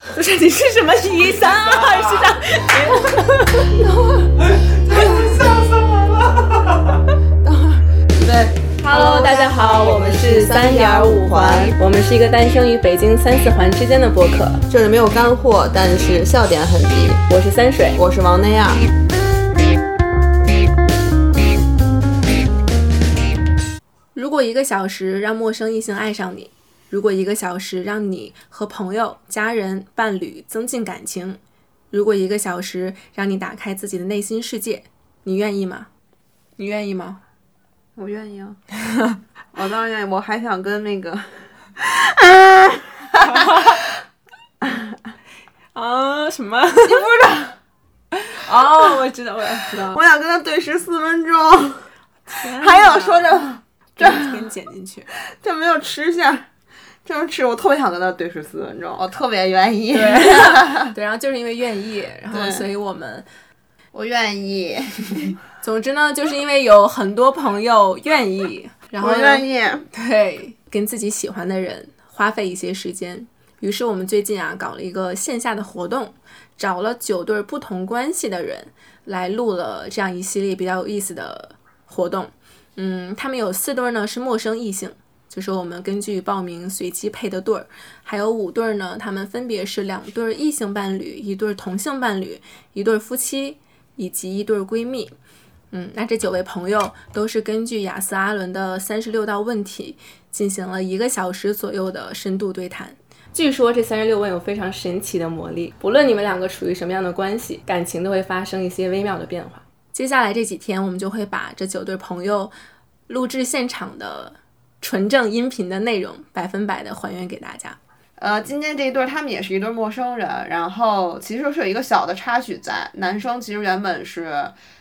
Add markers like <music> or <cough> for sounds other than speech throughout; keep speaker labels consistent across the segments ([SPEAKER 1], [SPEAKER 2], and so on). [SPEAKER 1] <laughs> 就是你是什么医生？二是的，等会
[SPEAKER 2] 儿，笑死我了。
[SPEAKER 1] 等会儿，对。Hello，大家好，我们是三点五环，我们是一个诞生于北京三四环之间的播客，
[SPEAKER 2] 这里没有干货，但是笑点很低。
[SPEAKER 1] 我是三水，
[SPEAKER 2] 我是王那样。
[SPEAKER 1] 如果一个小时让陌生异性爱上你，如果一个小时让你和朋友、家人、伴侣增进感情，如果一个小时让你打开自己的内心世界，你愿意吗？你愿意吗？
[SPEAKER 3] 我愿意啊， <laughs> 我当然愿意。我还想跟那个，
[SPEAKER 1] 啊什么？
[SPEAKER 3] 你不
[SPEAKER 1] 知道？ <laughs> 哦，我知道，我知道。
[SPEAKER 3] 我想跟他对视四分钟，还有说这这
[SPEAKER 1] 天剪进去，
[SPEAKER 3] 这没有吃相，这吃我特别想跟他对视四分钟，我特别愿意。 <laughs>
[SPEAKER 1] 对,对，然后就是因为愿意，然后所以我们。
[SPEAKER 3] 我愿意。
[SPEAKER 1] 总之呢，就是因为有很多朋友愿意，然后
[SPEAKER 3] 愿意
[SPEAKER 1] 对跟自己喜欢的人花费一些时间。于是我们最近啊搞了一个线下的活动，找了九对不同关系的人来录了这样一系列比较有意思的活动。嗯，他们有四对呢是陌生异性，就是我们根据报名随机配的对儿，还有五对呢，他们分别是两对异性伴侣、一对同性伴侣、一对夫妻。以及一对闺蜜，嗯，那这九位朋友都是根据雅思阿伦的三十六道问题进行了一个小时左右的深度对谈。据说这三十六问有非常神奇的魔力，不论你们两个处于什么样的关系，感情都会发生一些微妙的变化。接下来这几天，我们就会把这九对朋友录制现场的纯正音频的内容，百分百的还原给大家。
[SPEAKER 3] 呃，今天这一对他们也是一对陌生人，然后其实是有一个小的插曲在。男生其实原本是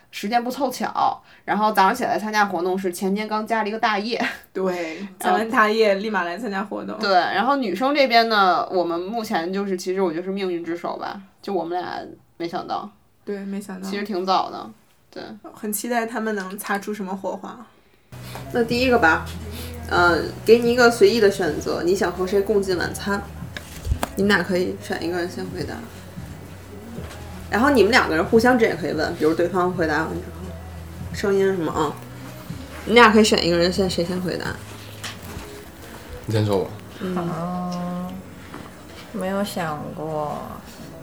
[SPEAKER 3] 时间不凑巧，然后早上起来参加活动是前天刚加了一个大夜，
[SPEAKER 1] 对，加完大夜立马来参加活
[SPEAKER 2] 嗯
[SPEAKER 1] 动。
[SPEAKER 3] 对，然后女生这边呢，我们目前就是其实我觉得是命运之手吧，就我们俩没想到，
[SPEAKER 1] 对，没想到，
[SPEAKER 3] 其实挺早的，对，
[SPEAKER 1] 很期待他们能擦出什么火花。
[SPEAKER 2] 那第一个吧。呃，给你一个随意的选择，你想和谁共进晚餐？你们俩可以选一个人先回答，然后你们两个人互相之间可以问，比如对方回答完之后，声音什么啊？你俩可以选一个人先，谁先回答？
[SPEAKER 4] 你先说吧。
[SPEAKER 5] 嗯，没有想过。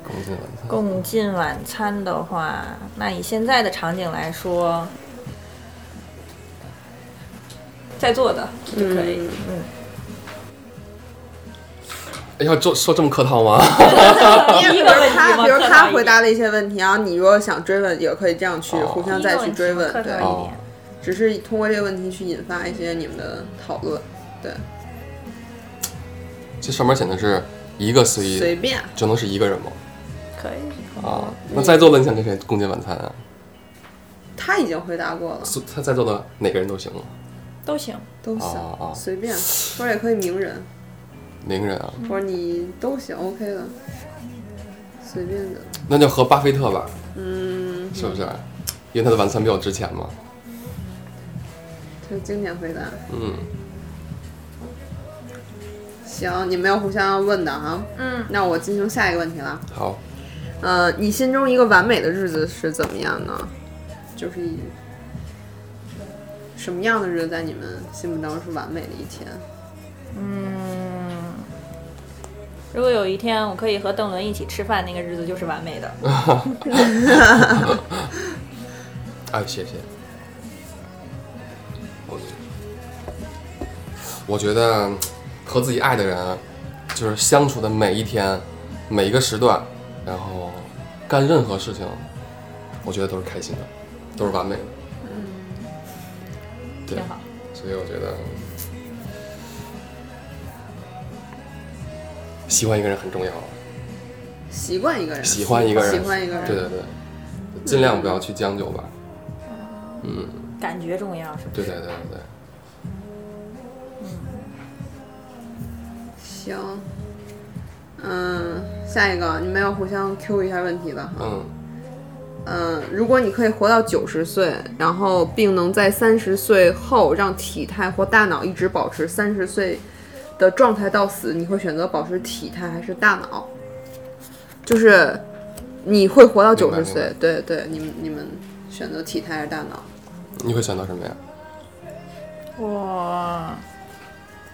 [SPEAKER 4] 共进晚餐。
[SPEAKER 5] 共进晚餐的话，那以现在的场景来说。在座的就可以，嗯。
[SPEAKER 4] 哎呀，这说这么客套吗？
[SPEAKER 2] <laughs> 比如他，比如他回答了一些问题，然后你如果想追问，也可以这样
[SPEAKER 4] 哦
[SPEAKER 2] 去互相再去追问，对。只是通过这个问题去引发一些你们的讨论，对。
[SPEAKER 4] 这上面显的是一个随意，
[SPEAKER 2] 随便，
[SPEAKER 4] 只能是一个人吗？
[SPEAKER 5] 可以。
[SPEAKER 4] 啊，那在座的你想跟谁共进晚餐啊？
[SPEAKER 2] 他已经回答过了。
[SPEAKER 4] 他在座的哪个人都行吗？
[SPEAKER 5] 都行，
[SPEAKER 2] 都行，
[SPEAKER 4] 啊、
[SPEAKER 2] 随便，或者也可以名人，
[SPEAKER 4] 名人啊，
[SPEAKER 2] 或者你都行，OK 的，随便的。
[SPEAKER 4] 那就和巴菲特吧，
[SPEAKER 2] 嗯，
[SPEAKER 4] 是不是？因为他的晚餐比较值钱嘛。
[SPEAKER 2] 这是经典回答。
[SPEAKER 4] 嗯。
[SPEAKER 2] 行，你没有互相问的啊。
[SPEAKER 1] 嗯。
[SPEAKER 2] 那我进行下一个问题了。
[SPEAKER 4] 好。
[SPEAKER 2] 呃，你心中一个完美的日子是怎么样呢？就是以。什么样的日子在你们心目当中是完美的一天？
[SPEAKER 5] 嗯，如果有一天我可以和邓伦一起吃饭，那个日子就是完美的。
[SPEAKER 4] 哎，谢谢。我我觉得和自己爱的人，啊就是相处的每一天、每一个时段，然后干任何事情，我觉得都是开心的，都是完美的。
[SPEAKER 2] 嗯
[SPEAKER 5] 挺好，
[SPEAKER 4] 所以我觉得喜欢一个人很重要。
[SPEAKER 2] 习惯一个人，
[SPEAKER 4] 喜欢一个人，
[SPEAKER 2] 喜欢一个人，
[SPEAKER 4] 对对对，尽量不要去将就吧。嗯，
[SPEAKER 5] 感觉重要是吧？
[SPEAKER 4] 对对对对。
[SPEAKER 5] 嗯，
[SPEAKER 2] 行，嗯，下一个，你们要互相 Q 一下问题的哈。
[SPEAKER 4] 嗯。
[SPEAKER 2] 嗯，如果你可以活到九十岁，然后并能在三十岁后让体态或大脑一直保持三十岁的状态到死，你会选择保持体态还是大脑？就是你会活到
[SPEAKER 4] 明
[SPEAKER 2] 九
[SPEAKER 4] 白
[SPEAKER 2] 十
[SPEAKER 4] 明
[SPEAKER 2] 岁
[SPEAKER 4] 白。
[SPEAKER 2] 对对，你们你们选择体态还是大脑？
[SPEAKER 4] 你会选择什么呀？
[SPEAKER 5] 我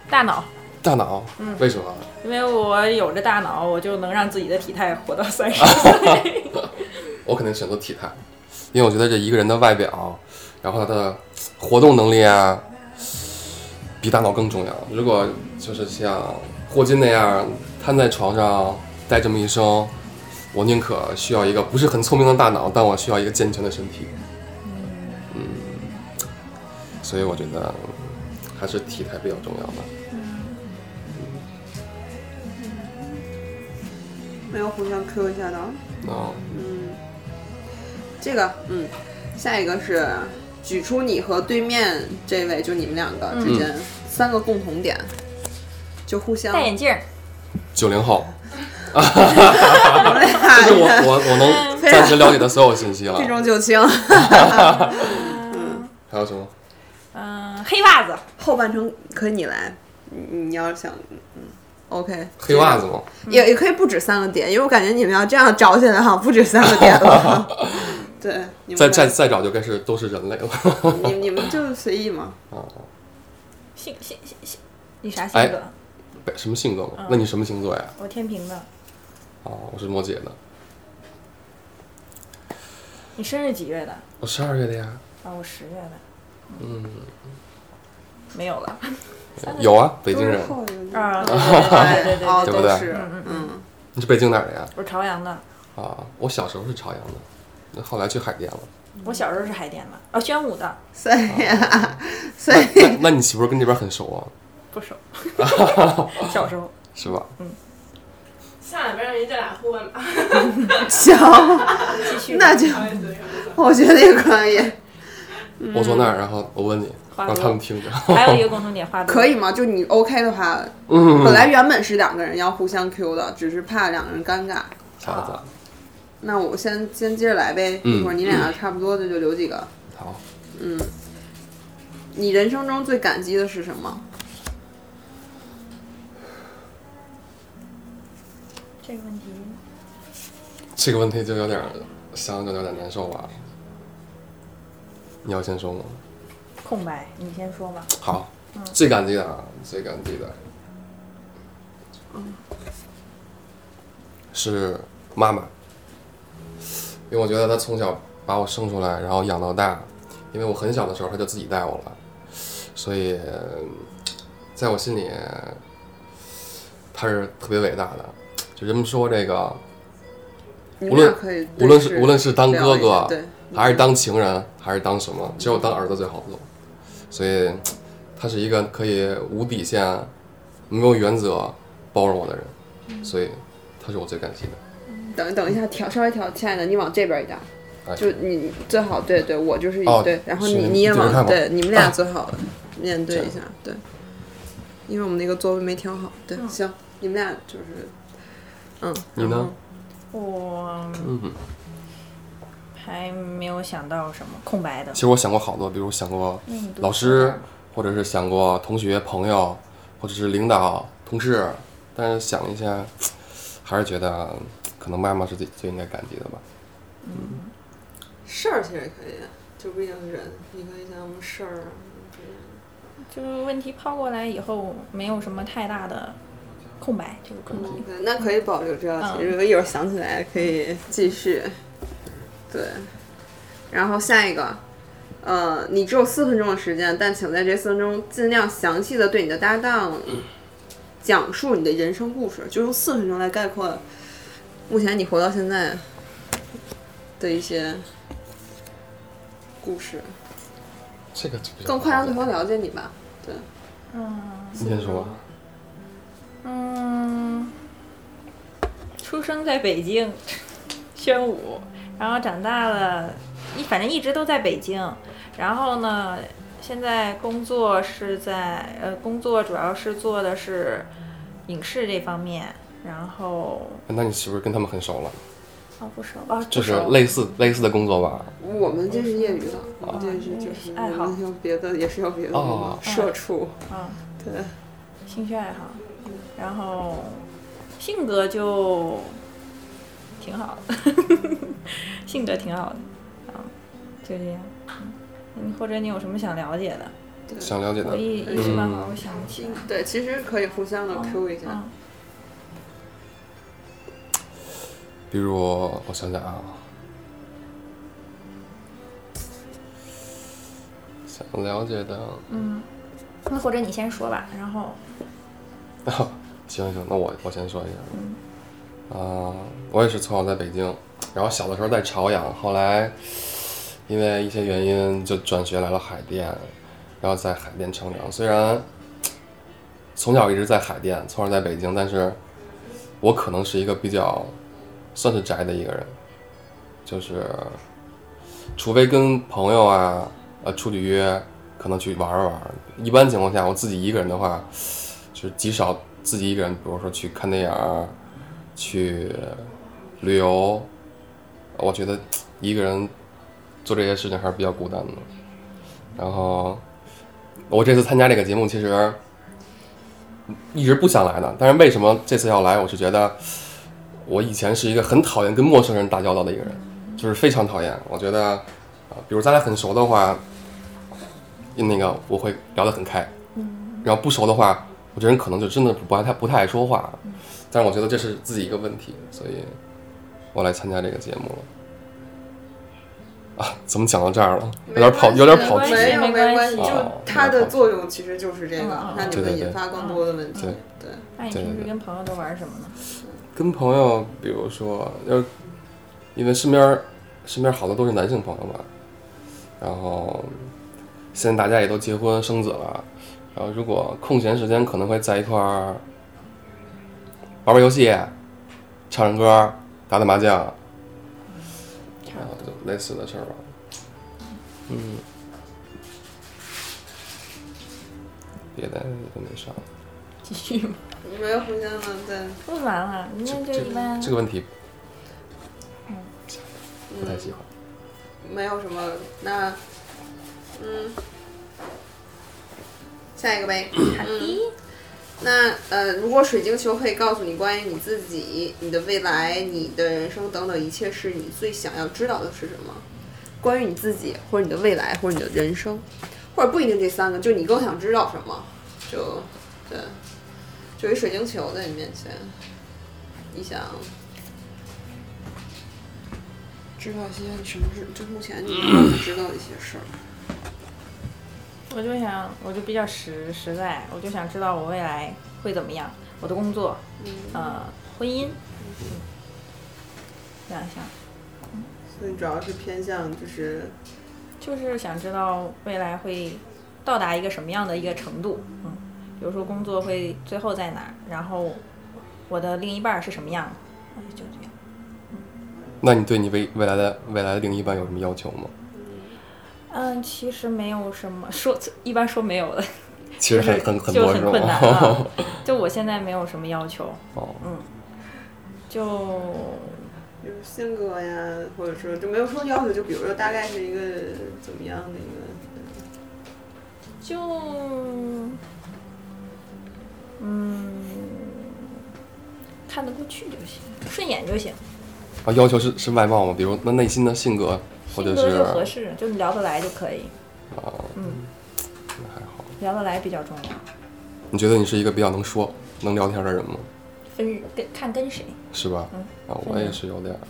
[SPEAKER 5] 大脑，
[SPEAKER 4] 大脑？为什么？
[SPEAKER 5] 因为我有着大脑，我就能让自己的体态活到三十岁。
[SPEAKER 4] 我肯定选择体态，因为我觉得这一个人的外表，然后他的活动能力啊，比大脑更重要。如果就是像霍金那样瘫在床上待这么一生，我宁可需要一个不是很聪明的大脑，但我需要一个健全的身体。嗯，所以我觉得还是体态比较重要吧。
[SPEAKER 2] 没有互相 Q 一下的啊。
[SPEAKER 4] 啊、
[SPEAKER 2] 这个，嗯，下一个是举出你和对面这位，就你们两个之
[SPEAKER 4] 嗯
[SPEAKER 2] 间三个共同点，就互相。<laughs>
[SPEAKER 4] 哎
[SPEAKER 5] 戴眼镜儿，
[SPEAKER 4] 九零后，
[SPEAKER 2] 我们俩
[SPEAKER 4] 这是我我我能暂时了解的所有信息了
[SPEAKER 2] 避。重就轻，
[SPEAKER 4] 还有什么？
[SPEAKER 5] 嗯、黑袜子，
[SPEAKER 2] 后半程可以你来，你你要想，嗯，OK，
[SPEAKER 4] 黑袜子吗？
[SPEAKER 2] 也也可以不止三个点，因为我感觉你们要这样找起来哈，不止三个点
[SPEAKER 4] <laughs>
[SPEAKER 2] 了。对，你们
[SPEAKER 4] 再
[SPEAKER 2] 来
[SPEAKER 4] 再再找就该是都是人类了。 <laughs>
[SPEAKER 2] 你你们就随意嘛。
[SPEAKER 4] 啊，
[SPEAKER 5] 性性性性，你啥性格？
[SPEAKER 4] 北什么星座
[SPEAKER 5] 嗯
[SPEAKER 4] 吗？那你什么星座呀？
[SPEAKER 5] 我天平的。
[SPEAKER 4] 啊，我是摩羯的，
[SPEAKER 5] 你生日几月的？
[SPEAKER 4] 我十二月的呀。
[SPEAKER 5] 啊，我十月的。嗯，没有了。
[SPEAKER 4] 有啊，北京人。
[SPEAKER 2] 后一个点
[SPEAKER 5] <laughs> 啊，对对对对对
[SPEAKER 2] 哦，
[SPEAKER 5] 对
[SPEAKER 4] 对不对
[SPEAKER 2] 都是，嗯，
[SPEAKER 4] 你是北京哪儿的呀？
[SPEAKER 5] 我是朝阳的，
[SPEAKER 4] 啊，我小时候是朝阳的，那后来去海
[SPEAKER 5] <laughs>
[SPEAKER 4] 淀了。
[SPEAKER 5] 我小时候是海淀的，哦，宣武的，
[SPEAKER 2] 所
[SPEAKER 4] <laughs>
[SPEAKER 2] 以啊，所以
[SPEAKER 4] 那那你岂不是跟这边很熟啊？
[SPEAKER 5] 不
[SPEAKER 4] <laughs>
[SPEAKER 5] 熟。小时候，
[SPEAKER 4] 是吧？
[SPEAKER 6] 下两边人家俩互问吧，
[SPEAKER 2] 行，
[SPEAKER 5] 继续
[SPEAKER 2] 那就
[SPEAKER 6] 哎对
[SPEAKER 2] 我觉得也可以，
[SPEAKER 4] 我坐那儿，然后我问你，
[SPEAKER 5] 嗯花
[SPEAKER 4] 让
[SPEAKER 5] 多
[SPEAKER 4] 他们听着。
[SPEAKER 5] 还有一个共同点，花多
[SPEAKER 2] 可以吗？就你 OK 的话，
[SPEAKER 4] <laughs> 嗯，
[SPEAKER 2] 本来原本是两个人要互相 Q 的，只是怕两个人尴尬。
[SPEAKER 4] 好的，
[SPEAKER 2] 那我先先接着来呗，
[SPEAKER 4] 嗯
[SPEAKER 2] 一会儿你俩差不多的就留几个。
[SPEAKER 4] 好。
[SPEAKER 2] 你人生中最感激的是什么？
[SPEAKER 5] 这个问题，
[SPEAKER 4] 这个问题就有点儿想着有点难受吧。你要先说吗？
[SPEAKER 5] 空白，你先说吧。
[SPEAKER 4] 好，最感激的啊，最感激的，是妈妈，因为我觉得她从小把我生出来，然后养到大，因为我很小的时候她就自己带我了，所以嗯在我心里，她是特别伟大的。就人们说这个，
[SPEAKER 2] 你
[SPEAKER 4] 无
[SPEAKER 2] 们
[SPEAKER 4] 论
[SPEAKER 2] 俩可以
[SPEAKER 4] 无
[SPEAKER 2] 对
[SPEAKER 4] 论
[SPEAKER 2] 视
[SPEAKER 4] 是无论是当
[SPEAKER 2] 聊
[SPEAKER 4] 哥
[SPEAKER 2] 一下
[SPEAKER 4] 哥，
[SPEAKER 2] 对，
[SPEAKER 4] 还是当情人，还是当什么，只有当儿子最好做。所以，他是一个可以无底线、没有原则包容我的人，所以他是我最感激的。
[SPEAKER 2] 等等一下调稍微调，亲爱的，你往这边一点，
[SPEAKER 4] 哎
[SPEAKER 2] 就你最好对对，我就是一
[SPEAKER 4] 哦
[SPEAKER 2] 对，然后
[SPEAKER 4] 是
[SPEAKER 2] 你你也
[SPEAKER 4] 对着看
[SPEAKER 2] 往
[SPEAKER 4] 吗
[SPEAKER 2] 对，你们
[SPEAKER 4] 啊
[SPEAKER 2] 俩最好面对一下，对，因为我们那个座位没调好，对，行，你们俩就是，嗯，
[SPEAKER 4] 你
[SPEAKER 2] 然后
[SPEAKER 4] 呢？
[SPEAKER 5] 我
[SPEAKER 4] 嗯，
[SPEAKER 5] 还没有想到什么空白的
[SPEAKER 4] 其。实我想过好多，比如想过老师，或者是想过同学、朋友，或者是领导、同事，但是想一下，还是觉得可能妈妈是最最应该感激的吧。
[SPEAKER 2] 事儿其实也可以，就不一定是人，你可以想想事儿啊。
[SPEAKER 5] 就是问题抛过来以后，没有什么太大的空白，就是空
[SPEAKER 4] 嗯
[SPEAKER 5] 白。
[SPEAKER 2] 对，嗯那可以保留这道题，
[SPEAKER 5] 嗯
[SPEAKER 2] 如果一会儿想起来可以继续。对，然后下一个，呃，你只有四分钟的时间，但请在这四分钟尽量详细的对你的搭档讲述你的人生故事，就用四分钟来概括目前你活到现在的一些故事，
[SPEAKER 4] 这个就比较
[SPEAKER 2] 更快让对方了解你吧。对，
[SPEAKER 5] 嗯
[SPEAKER 4] 你先说吧。
[SPEAKER 5] 嗯，出生在北京，宣武，然后长大了，一反正一直都在北京。然后呢，现在工作是在呃，工作主要是做的是影视这方面。然后
[SPEAKER 4] 那你是不是跟他们很熟了？
[SPEAKER 5] 啊、不熟啊，不
[SPEAKER 4] 哦就是
[SPEAKER 5] 熟
[SPEAKER 4] 类似类似的工作吧？
[SPEAKER 2] 我们这是业余的，我们这是
[SPEAKER 5] 嗯
[SPEAKER 2] 就是
[SPEAKER 5] 爱
[SPEAKER 2] 我
[SPEAKER 5] 好
[SPEAKER 2] 们有别的也是有别的那种
[SPEAKER 4] 哦
[SPEAKER 2] 社畜，
[SPEAKER 5] 啊。
[SPEAKER 2] 对。
[SPEAKER 5] 兴趣爱好，然后性格就 <laughs> 性格挺好的，啊，就这样。嗯，或者你有什么想了解的？
[SPEAKER 4] 想了解
[SPEAKER 5] 我
[SPEAKER 4] 的，嗯
[SPEAKER 5] 一一时半会儿我想不起来。
[SPEAKER 2] 对，其实可以互相的 Q 一下。
[SPEAKER 5] 嗯
[SPEAKER 4] 比如我想想啊，想了解的，
[SPEAKER 5] 那或者你先说吧，然后
[SPEAKER 4] 行行，那我我先说一下。啊、我也是从小在北京，然后小的时候在朝阳，后来因为一些原因就转学来了海淀，然后在海淀成长。虽然从小一直在海淀，从小在北京，但是我可能是一个比较算是宅的一个人，就是除非跟朋友啊呃出去约，可能去玩儿玩儿。一般情况下，我自己一个人的话，就是极少自己一个人，比如说去看电影儿、去旅游，我觉得一个人做这些事情还是比较孤单的。然后我这次参加这个节目，其实一直不想来的，但是为什么这次要来？我是觉得我以前是一个很讨厌跟陌生人打交道的一个人，就是非常讨厌。我觉得，呃比如咱俩很熟的话，那个我会聊得很开，然后不熟的话，我这人可能就真的不爱太不太爱说话。但是我觉得这是自己一个问题，所以我来参加这个节目了。啊，怎么讲到这儿了？有点跑，有点跑
[SPEAKER 5] 没
[SPEAKER 4] 题。
[SPEAKER 5] 关
[SPEAKER 2] 没
[SPEAKER 5] 系
[SPEAKER 2] 有没关系，
[SPEAKER 5] 没关
[SPEAKER 4] 系
[SPEAKER 2] 就它的作用其实就是这
[SPEAKER 5] 嗯
[SPEAKER 2] 个，让你
[SPEAKER 4] 对
[SPEAKER 2] 们
[SPEAKER 4] 对对
[SPEAKER 2] 引发更多的问题
[SPEAKER 4] 对。
[SPEAKER 2] 对，
[SPEAKER 5] 那你
[SPEAKER 4] 对
[SPEAKER 5] 平
[SPEAKER 4] 对
[SPEAKER 5] 时
[SPEAKER 4] 对
[SPEAKER 5] 跟朋友都玩什么呢？
[SPEAKER 4] 跟朋友，比如说，要因为身边儿身边儿好多都是男性朋友嘛，然后现在大家也都结婚生子了，然后如果空闲时间可能会在一块儿玩玩游戏、唱唱歌、打打麻将，然后就类似的事儿吧。嗯，别的都没啥。
[SPEAKER 5] 继续吧。
[SPEAKER 2] 你们互相的在
[SPEAKER 5] 问完了，那就
[SPEAKER 4] 这
[SPEAKER 5] 一般。
[SPEAKER 4] 这个问题不太喜欢。
[SPEAKER 2] 没有什么，那嗯，下一个呗。嗯，那呃，如果水晶球可以告诉你关于你自己、你的未来、你的人生等等一切事，你最想要知道的是什么？关于你自己，或者你的未来，或者你的人生，或者不一定这三个，就你更想知道什么？就对，就一水晶球在你面前，你想。知道一些什么事？就目前你想知道的一些事儿。
[SPEAKER 5] 我就想，我就比较实实在，我就想知道我未来会怎么样，我的工作，呃，婚姻，嗯这样想，
[SPEAKER 2] 所以主要是偏向就是
[SPEAKER 5] 就是想知道未来会到达一个什么样的一个程度，嗯，比如说工作会最后在哪儿，然后我的另一半儿是什么样的，嗯就这样。
[SPEAKER 4] 那你对你未未来的未来的另一半有什么要求吗？
[SPEAKER 5] 嗯，其实没有什么说， <laughs> 一般说没有的，
[SPEAKER 4] 其实
[SPEAKER 5] 就
[SPEAKER 4] 很
[SPEAKER 5] 是
[SPEAKER 4] 很很
[SPEAKER 5] 就
[SPEAKER 4] 多
[SPEAKER 5] 很
[SPEAKER 4] 是
[SPEAKER 5] 困
[SPEAKER 4] <laughs>
[SPEAKER 5] 难
[SPEAKER 4] 吗
[SPEAKER 5] 啊？。就我现在没有什么要求，嗯
[SPEAKER 4] 哦，
[SPEAKER 5] 就
[SPEAKER 2] 就是性格呀，或者说就没有说要求，就比如说大概是一个怎么样的一个嗯
[SPEAKER 5] 就嗯，看得过去就行，顺眼就行，
[SPEAKER 4] 啊，要求是是外貌吗？比如那内心的性格，或者
[SPEAKER 5] 性格
[SPEAKER 4] 是
[SPEAKER 5] 就合适，就聊得来就可以，
[SPEAKER 4] 哦，
[SPEAKER 5] 嗯，
[SPEAKER 4] 那还好。
[SPEAKER 5] 聊得来比较重要。
[SPEAKER 4] 你觉得你是一个比较能说、能聊天的人吗？
[SPEAKER 5] 分跟看跟谁
[SPEAKER 4] 是吧？
[SPEAKER 5] 嗯
[SPEAKER 4] 啊，
[SPEAKER 5] 是
[SPEAKER 4] 我
[SPEAKER 5] 的
[SPEAKER 4] 也是有点儿。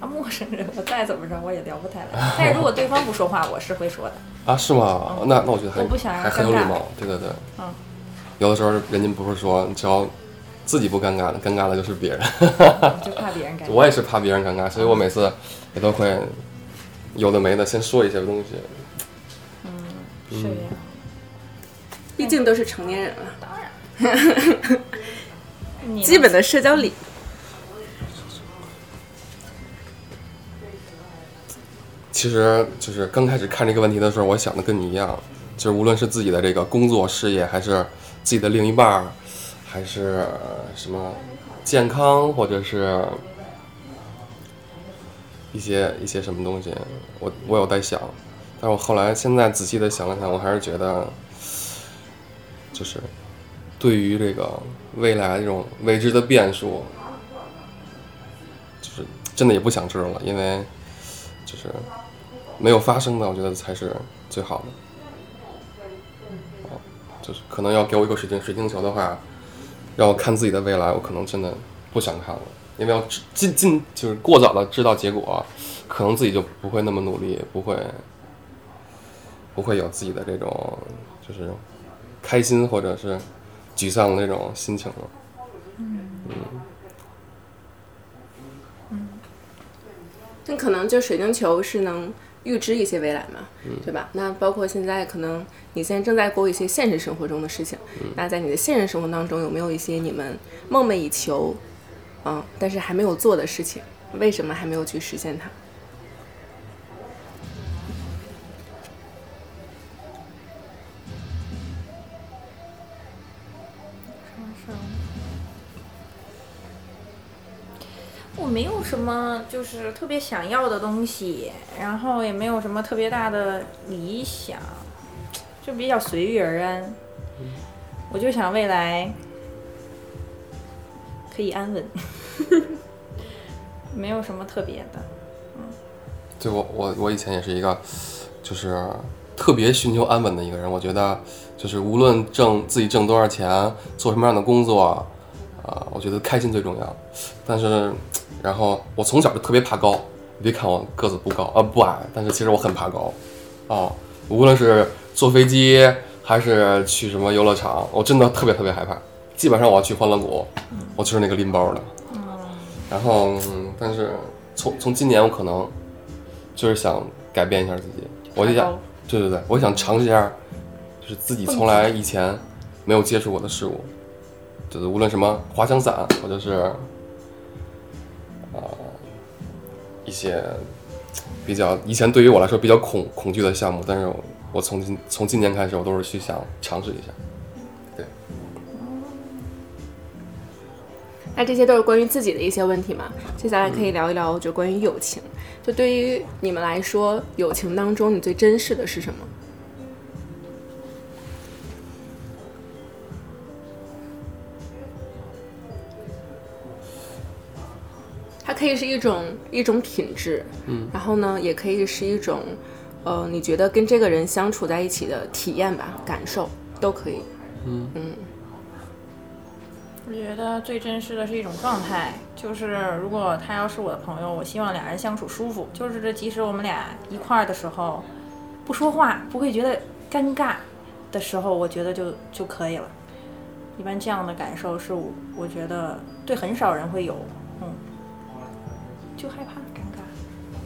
[SPEAKER 5] 啊，陌生人我再怎么着我也聊不太来，但是如果对方不说话，我是会说的。
[SPEAKER 4] 啊，是吗？那那我觉得还
[SPEAKER 5] 嗯我不想让
[SPEAKER 4] 还很有礼
[SPEAKER 5] 尴尬
[SPEAKER 4] 貌，对对对。
[SPEAKER 5] 嗯
[SPEAKER 4] 有的时候人家不是说，只要自己不尴尬，尴尬的就是别人。 <laughs>
[SPEAKER 5] 我就怕别人尴尬。
[SPEAKER 4] 我也是怕别人尴尬，所以我每次也都会有的没的先说一些东西。
[SPEAKER 5] 是这样。
[SPEAKER 1] 毕竟都是成年人了，
[SPEAKER 4] 嗯
[SPEAKER 5] 你呢
[SPEAKER 1] 基本的社交礼
[SPEAKER 4] 其实就是刚开始看这个问题的时候，我想的跟你一样，就是无论是自己的这个工作、事业，还是自己的另一半儿，还是呃什么健康，或者是一些一些什么东西，我我有在想，但我后来现在仔细的想了想，我还是觉得，就是对于这个未来这种未知的变数，就是就是真的也不想知道了，因为就是没有发生的，我觉得才是最好的。啊就是可能要给我一个水晶水晶球的话，让我看自己的未来，我可能真的不想看了，因为要知尽尽就是过早的知道结果，可能自己就不会那么努力，不会不会有自己的这种就是开心或者是沮丧的那种心情了。
[SPEAKER 1] 那可能就水晶球是能预知一些未来嘛，对吧？那包括现在可能你现在正在过一些现实生活中的事情，那在你的现实生活当中有没有一些你们梦寐以求，嗯，但是还没有做的事情？为什么还没有去实现它？
[SPEAKER 5] 我没有什么就是特别想要的东西，然后也没有什么特别大的理想，就比较随遇而安。我就想未来可以安稳， <laughs> 没有什么特别的。
[SPEAKER 4] 对我我我以前也是一个，就是特别寻求安稳的一个人。我觉得就是无论挣自己挣多少钱，做什么样的工作，啊、我觉得开心最重要。但是，然后我从小就特别怕高。你别看我个子不高啊、呃不矮，但是其实我很怕高。哦，无论是坐飞机还是去什么游乐场，我真的特别特别害怕。基本上我要去欢乐谷，我就是那个拎包的。然后，嗯、但是从从今年我可能就是想改变一下自己，我就想，对对对，我想尝试一下，就是自己从来以前没有接触过的事物，就是无论什么滑翔伞，或者是，呃，一些比较以前对于我来说比较恐恐惧的项目，但是我我从今从今年开始，我都是去想尝试一下。
[SPEAKER 1] 那这些都是关于自己的一些问题嘛。接下来可以聊一聊，就关于友情。就对于你们来说，友情当中你最珍视的是什么？它可以是一种一种品质，嗯，然后呢，也可以是一种，呃，你觉得跟这个人相处在一起的体验吧，感受都可以。
[SPEAKER 5] 我觉得最真实的是一种状态，就是如果他要是我的朋友，我希望俩人相处舒服。就是这，即使我们俩一块儿的时候，不说话，不会觉得尴尬的时候，我觉得就就可以了。一般这样的感受是我我觉得对很少人会有，嗯，就害怕尴尬。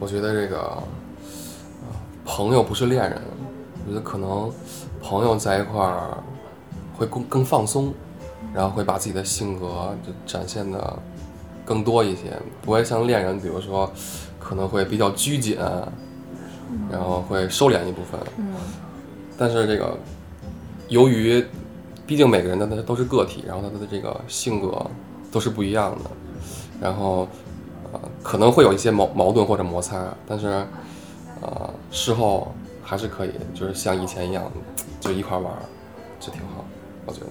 [SPEAKER 4] 我觉得这个呃朋友不是恋人，我觉得可能朋友在一块儿会更更放松，然后会把自己的性格就展现的更多一些，不会像恋人，比如说可能会比较拘谨，然后会收敛一部分。
[SPEAKER 5] 嗯
[SPEAKER 4] 但是这个由于毕竟每个人的他都是个体，然后他的这个性格都是不一样的，然后呃可能会有一些矛矛盾或者摩擦，但是呃事后还是可以，就是像以前一样就一块儿玩儿，就挺好，我觉得。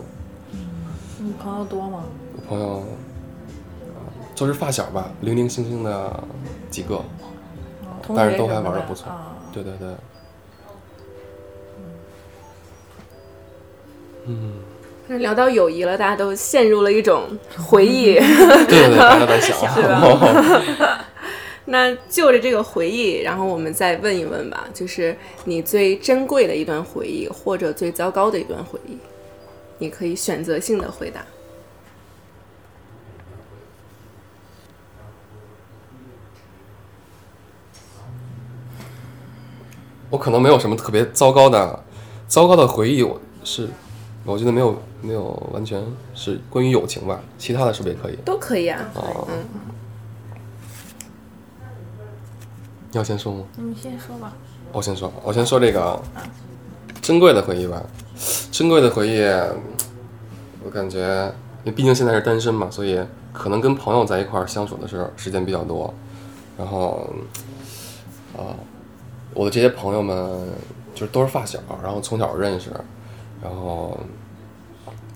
[SPEAKER 5] 你朋友多吗？
[SPEAKER 4] 我朋友，呃就是发小吧，零零星星的几个，
[SPEAKER 5] 嗯同学
[SPEAKER 4] 但是都还
[SPEAKER 5] 什么
[SPEAKER 4] 玩得不错
[SPEAKER 5] 啊
[SPEAKER 4] 对对对，
[SPEAKER 1] 那聊到友谊了，大家都陷入了一种回忆。
[SPEAKER 4] 对对对，大家在想，
[SPEAKER 1] 那就着这个回忆，然后我们再问一问吧，就是你最珍贵的一段回忆，或者最糟糕的一段回忆，你可以选择性的回答。
[SPEAKER 4] 我可能没有什么特别糟糕的，糟糕的回忆，我是，我觉得没有没有完全是关于友情吧，其他的是不是也可以？
[SPEAKER 1] 都可以啊，
[SPEAKER 4] 哦，
[SPEAKER 1] 嗯，
[SPEAKER 4] 你要先说吗？
[SPEAKER 5] 嗯你们先说吧。
[SPEAKER 4] 我先说，我先说这个啊珍贵的回忆吧。珍贵的回忆，我感觉，因为毕竟现在是单身嘛，所以可能跟朋友在一块儿相处的时候时间比较多。然后，啊、我的这些朋友们就是都是发小，然后从小认识，然后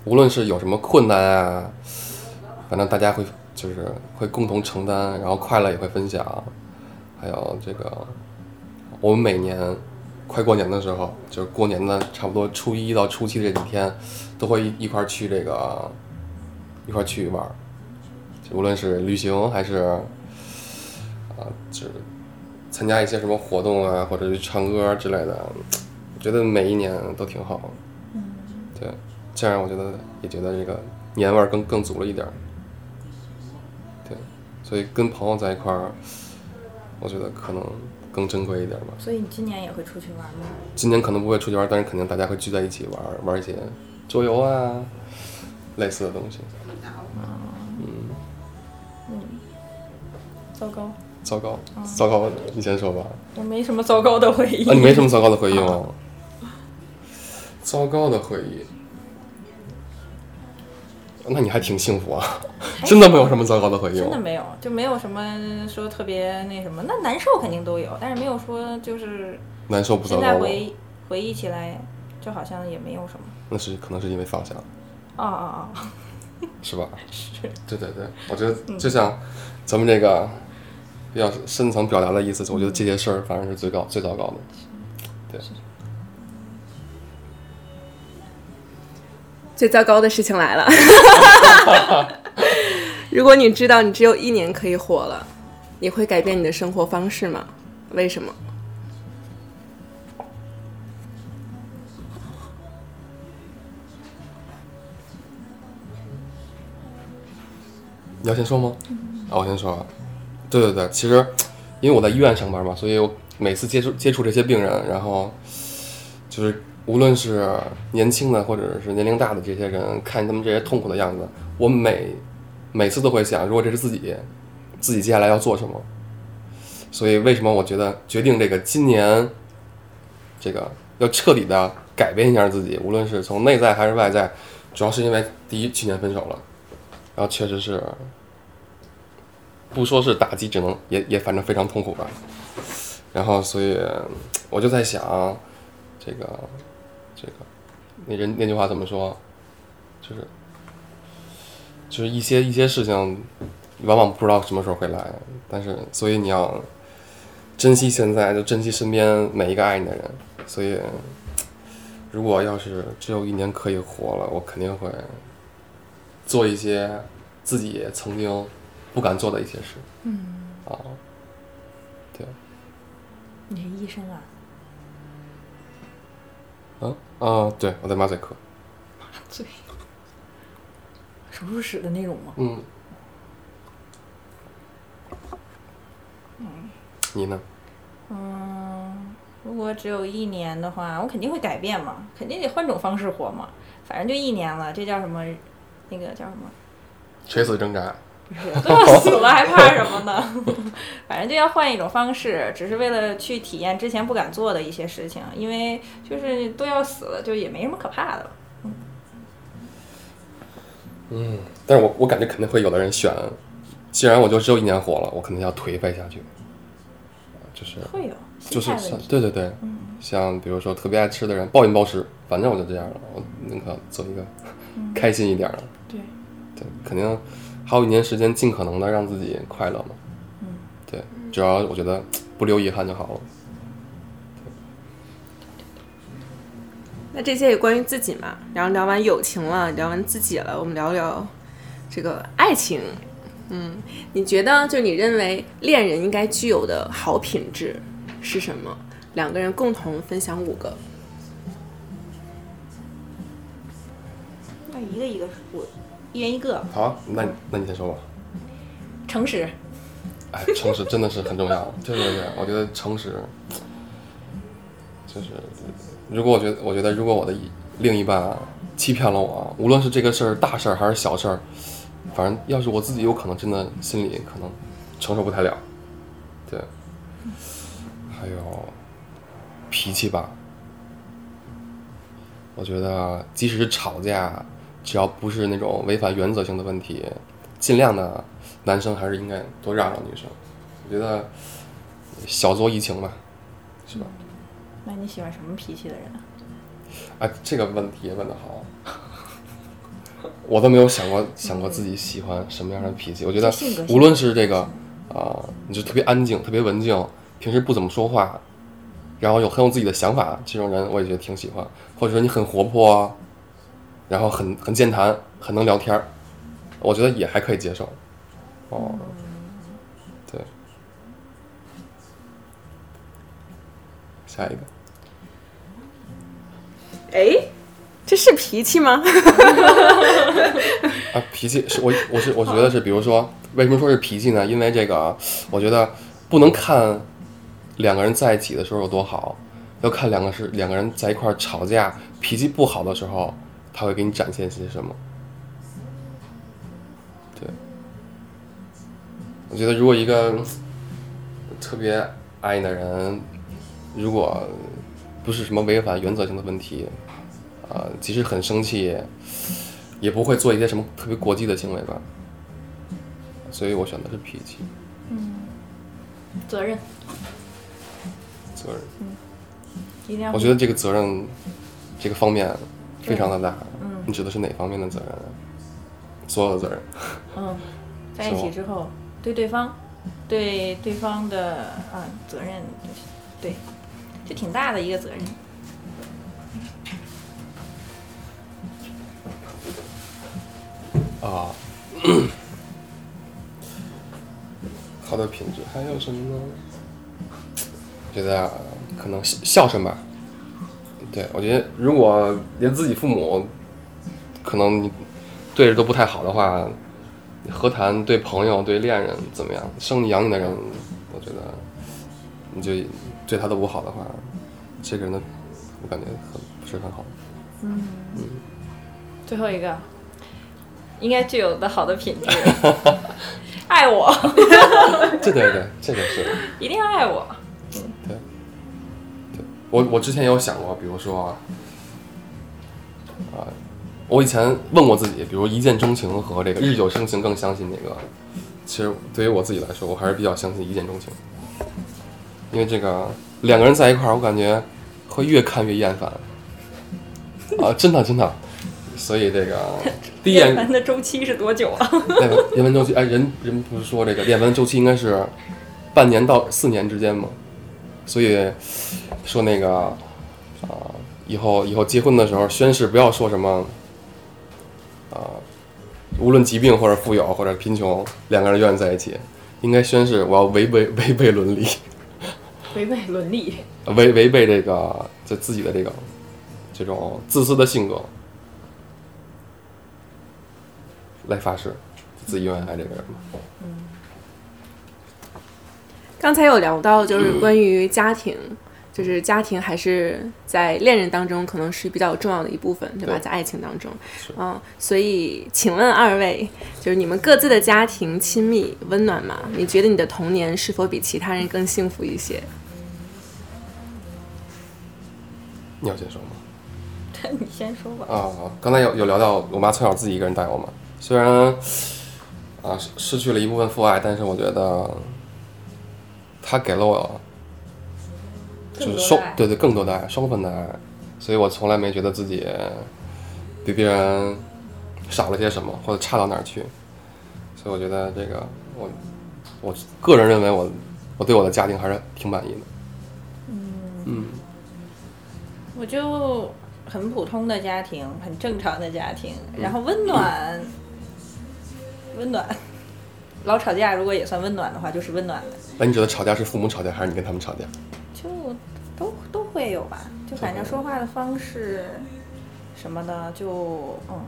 [SPEAKER 4] 无论是有什么困难啊，反正大家会就是会共同承担，然后快乐也会分享，还有这个我们每年快过年的时候，就是过年的差不多初一到初七这几天，都会一一块儿去这个一块儿去玩儿，就无论是旅行还是啊，就是参加一些什么活动啊，或者是唱歌之类的，我觉得每一年都挺好。对，这样我觉得也觉得这个年味儿更更足了一点儿。对，所以跟朋友在一块儿，我觉得可能更珍贵一点儿吧。
[SPEAKER 5] 所以你今年也会出去玩吗？
[SPEAKER 4] 今年可能不会出去玩，但是肯定大家会聚在一起玩儿玩一些桌游啊，类似的东西。
[SPEAKER 5] 糟糕，
[SPEAKER 4] 糟糕，
[SPEAKER 5] 哦
[SPEAKER 4] 糟糕，你先说吧。
[SPEAKER 5] 我没什么糟糕的回忆
[SPEAKER 4] 啊，。你没什么糟糕的回忆吗？糟糕的回忆，那你还挺幸福啊！ <laughs> 真的没有什么糟糕的回忆
[SPEAKER 5] 真的
[SPEAKER 4] 吗？
[SPEAKER 5] 没有，就没有什么说特别那什么，那难受肯定都有，但是没有说就是
[SPEAKER 4] 难受不糟
[SPEAKER 5] 现在
[SPEAKER 4] 糕吗？
[SPEAKER 5] 回回忆起来，就好像也没有什么。
[SPEAKER 4] 那是可能是因为放下了，
[SPEAKER 5] 哦哦哦，
[SPEAKER 4] 是吧？是。对对对，我觉得就像咱们这个比较深层表达的意思，我觉得这些事儿反正是最高最糟糕的。
[SPEAKER 1] 最糟糕的事情来了。 <laughs> 如果你知道你只有一年可以活了，你会改变你的生活方式吗？为什么？
[SPEAKER 4] 你要先说吗？啊，我先说啊。对对对，其实因为我在医院上班嘛，所以我每次接触接触这些病人，然后就是无论是年轻的或者是年龄大的这些人，看他们这些痛苦的样子，我每每次都会想，如果这是自己，自己接下来要做什么。所以为什么我觉得决定这个今年这个要彻底的改变一下自己，无论是从内在还是外在，主要是因为第一去年分手了。然后确实是，不说是打击，只能也也反正非常痛苦吧。然后所以我就在想，这个这个那人那句话怎么说？就是就是一些一些事情，往往不知道什么时候会来，但是所以你要珍惜现在，就珍惜身边每一个爱你的人。所以，如果要是只有一年可以活了，我肯定会。做一些自己曾经不敢做的一些事。嗯。啊，对，
[SPEAKER 5] 你是医生啊？
[SPEAKER 4] 啊啊，对，我在麻醉科。
[SPEAKER 5] 对，手术室的那种吗？
[SPEAKER 4] 嗯。你呢？
[SPEAKER 5] 嗯，如果只有一年的话，我肯定会改变嘛，肯定得换种方式活嘛。反正就一年了，这叫什么？那个叫什么？
[SPEAKER 4] 垂死挣扎。 <laughs>
[SPEAKER 5] 都要死了，还怕什么呢？ <laughs> 反正就要换一种方式，只是为了去体验之前不敢做的一些事情，因为就是都要死了，就也没什么可怕的了。
[SPEAKER 4] 嗯，但是我我感觉肯定会有的人选，既然我就只有一年活了，我肯定要颓废下去。啊就是
[SPEAKER 5] 会有
[SPEAKER 4] 就
[SPEAKER 5] 心
[SPEAKER 4] 是
[SPEAKER 5] 态问
[SPEAKER 4] 像
[SPEAKER 5] 题。
[SPEAKER 4] 对对对，像比如说特别爱吃的人，暴饮暴食，反正我就这样了，我宁可做一个开心一点儿的。
[SPEAKER 5] 对，
[SPEAKER 4] 对，肯定还有一年时间，尽可能的让自己快乐嘛。对，只要我觉得不留遗憾就好了。
[SPEAKER 1] 那这些也关于自己嘛。然后聊完友情了，聊完自己了，我们聊聊这个爱情。嗯，你觉得就你认为恋人应该具有的好品质是什么？两个人共同分享五个。
[SPEAKER 5] 那一个一个我，一人一个，
[SPEAKER 4] 好啊，那你那你先说吧。
[SPEAKER 5] 诚实。
[SPEAKER 4] 哎，诚实真的是很重要。对对对，我觉得诚实，就是如果我觉得，我觉得如果我的一另一半欺骗了我，无论是这个事儿大事儿还是小事儿，反正要是我自己，有可能真的心里可能承受不太了。对，还有脾气吧，我觉得即使是吵架，只要不是那种违反原则性的问题，尽量的男生还是应该多让让女生。我觉得小酌怡情吧，是吧？
[SPEAKER 5] 那你喜欢什么脾气的人啊？
[SPEAKER 4] 哎，这个问题也问得好。啊我都没有想过想过自己喜欢什么样的脾气。我觉得
[SPEAKER 5] 就性格上
[SPEAKER 4] 无论是这个，啊，你就特别安静、特别文静，平时不怎么说话，然后有很有自己的想法，这种人我也觉得挺喜欢。或者说你很活泼，然后很很健谈，很能聊天儿，我觉得也还可以接受。哦，对，下一个。
[SPEAKER 2] 哎，这是脾气吗？
[SPEAKER 4] 啊，脾气是我我是我觉得是，比如说为什么说是脾气呢？因为这个啊，我觉得不能看两个人在一起的时候有多好，要看两个是两个人在一块儿吵架，脾气不好的时候，他会给你展现些什么。对，我觉得如果一个特别爱你的人，如果不是什么违反原则性的问题，啊、即使很生气。也不会做一些什么特别过激的行为吧。所以我选的是脾气、
[SPEAKER 5] 责任
[SPEAKER 4] 责任。
[SPEAKER 5] 一定要。
[SPEAKER 4] 我觉得这个责任这个方面非常的大。嗯，你指的是哪方面的责任啊？所有的责任。
[SPEAKER 5] 嗯，在一
[SPEAKER 4] 是
[SPEAKER 5] 起
[SPEAKER 4] 吗
[SPEAKER 5] 之后，对对方，对对方的啊责任，对，这挺大的一个责任。
[SPEAKER 4] 啊， <coughs> 好的品质还有什么呢？我觉得啊可能孝孝顺吧。对，我觉得如果连自己父母可能你对着都不太好的话，你何谈对朋友、对恋人怎么样？生你养你的人，我觉得你就对他都不好的话，这个人的我感觉很不是很好。
[SPEAKER 5] 最后一个，应该具有的好的品
[SPEAKER 4] <laughs>
[SPEAKER 5] 质，爱我，
[SPEAKER 4] 这对对，这个是。
[SPEAKER 5] 一定要爱我。
[SPEAKER 4] 我我之前有想过，比如说，啊、我以前问过自己，比如一见钟情和这个日久生情更相信哪个？其实对于我自己来说，我还是比较相信一见钟情，因为这个两个人在一块儿，我感觉会越看越厌烦，啊，真的真的，所以这个第一眼
[SPEAKER 5] <laughs> 厌烦的周期是多久啊？
[SPEAKER 4] 恋文恋文周期，哎，人人不是说这个恋文周期应该是半年到四年之间吗？所以说那个啊、以后以后结婚的时候宣誓不要说什么啊、无论疾病或者富有或者贫穷，两个人永远在一起，应该宣誓我要违背违背伦理，
[SPEAKER 5] 违背伦理，
[SPEAKER 4] 违违背这个就自己的这个这种自私的性格来发誓，自己永远爱这个人吧。
[SPEAKER 1] 刚才有聊到，就是关于家庭，就是家庭还是在恋人当中可能是比较重要的一部分，对吧？
[SPEAKER 4] 对
[SPEAKER 1] 在爱情当中
[SPEAKER 4] 是，
[SPEAKER 1] 嗯，所以请问二位，就是你们各自的家庭亲密温暖吗？你觉得你的童年是否比其他人更幸福一些？
[SPEAKER 4] 你要接受吗？
[SPEAKER 5] <laughs> 你先说吧。
[SPEAKER 4] 啊，刚才有有聊到我妈从小自己一个人带我嘛，虽然啊失失去了一部分父爱，但是我觉得她给了我就是双对对更多的爱，双份的爱，所以我从来没觉得自己比别人少了些什么或者差到哪儿去，所以我觉得这个我我个人认为我我对我的家庭还是挺满意的。
[SPEAKER 5] 我就很普通的家庭，很正常的家庭，然后温暖，温暖。老吵架如果也算温暖的话，就是温暖的，
[SPEAKER 4] 那哎你觉得吵架是父母吵架，还是你跟他们吵架？
[SPEAKER 5] 就都都会有吧。就反正说话的方式什么的，就嗯，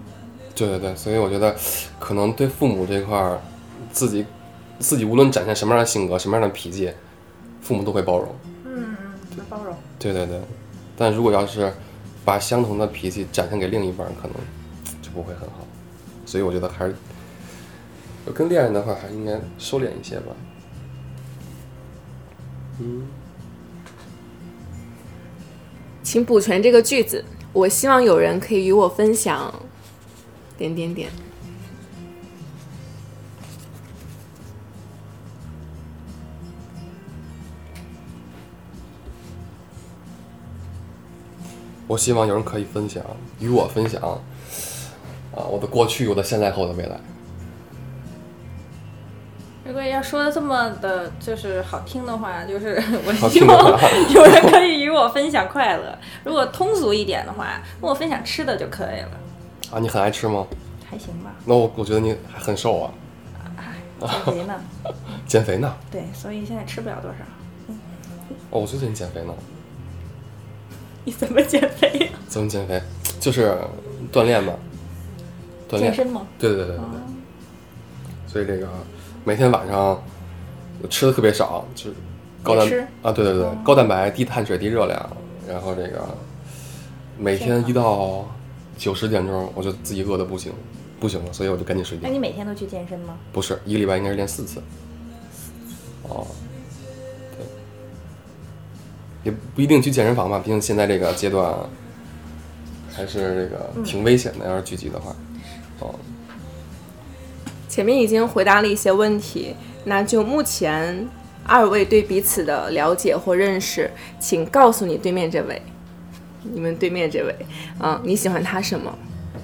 [SPEAKER 4] 对对对，所以我觉得，可能对父母这块儿，自己自己无论展现什么样的性格、什么样的脾气，父母都会包容。
[SPEAKER 5] 多包容。
[SPEAKER 4] 对对对，但如果要是把相同的脾气展现给另一半儿，可能就不会很好。所以我觉得还是，跟恋人的话，还是应该收敛一些吧。
[SPEAKER 1] 请补全这个句子。我希望有人可以与我分享点点点。
[SPEAKER 4] 我希望有人可以分享，与我分享啊，我的过去，我的现在和我的未来。
[SPEAKER 5] 如果要说的这么的，就是好听的话，就是我
[SPEAKER 4] 好
[SPEAKER 5] 希
[SPEAKER 4] 听的
[SPEAKER 5] 望
[SPEAKER 4] 话
[SPEAKER 5] <laughs> 有人可以与我分享快乐。如果通俗一点的话，跟我分享吃的就可以了，
[SPEAKER 4] 啊，你很爱吃吗？
[SPEAKER 5] 还行
[SPEAKER 4] <laughs>
[SPEAKER 5] 吧？
[SPEAKER 4] 那我我觉得你还很瘦啊，
[SPEAKER 5] 减肥呢？
[SPEAKER 4] 减肥呢？
[SPEAKER 5] 对，所以现在吃不了多少。 <laughs>
[SPEAKER 4] 哦，我最近减肥呢。
[SPEAKER 5] 你怎么减肥呀、
[SPEAKER 4] 怎么减肥？就是锻炼嘛，锻炼
[SPEAKER 5] 健身哦吗？
[SPEAKER 4] 对对对对对。所以这个每天晚上吃的特别少，就是高蛋
[SPEAKER 5] 也吃哦
[SPEAKER 4] 啊，对对对，高蛋白、低碳水、低热量，然后这个每天一到九十点钟，我就自己饿的不行不行了，所以我就赶紧睡觉
[SPEAKER 5] 那。你每天都去健身吗？
[SPEAKER 4] 不是，一个礼拜应该是练四次。哦，对，也不一定去健身房吧，毕竟现在这个阶段还是这个挺危险的，要是聚集的话。哦，
[SPEAKER 1] 前面已经回答了一些问题，那就目前二位对彼此的了解或认识，请告诉你对面这位，你们对面这位，嗯，你喜欢他什么？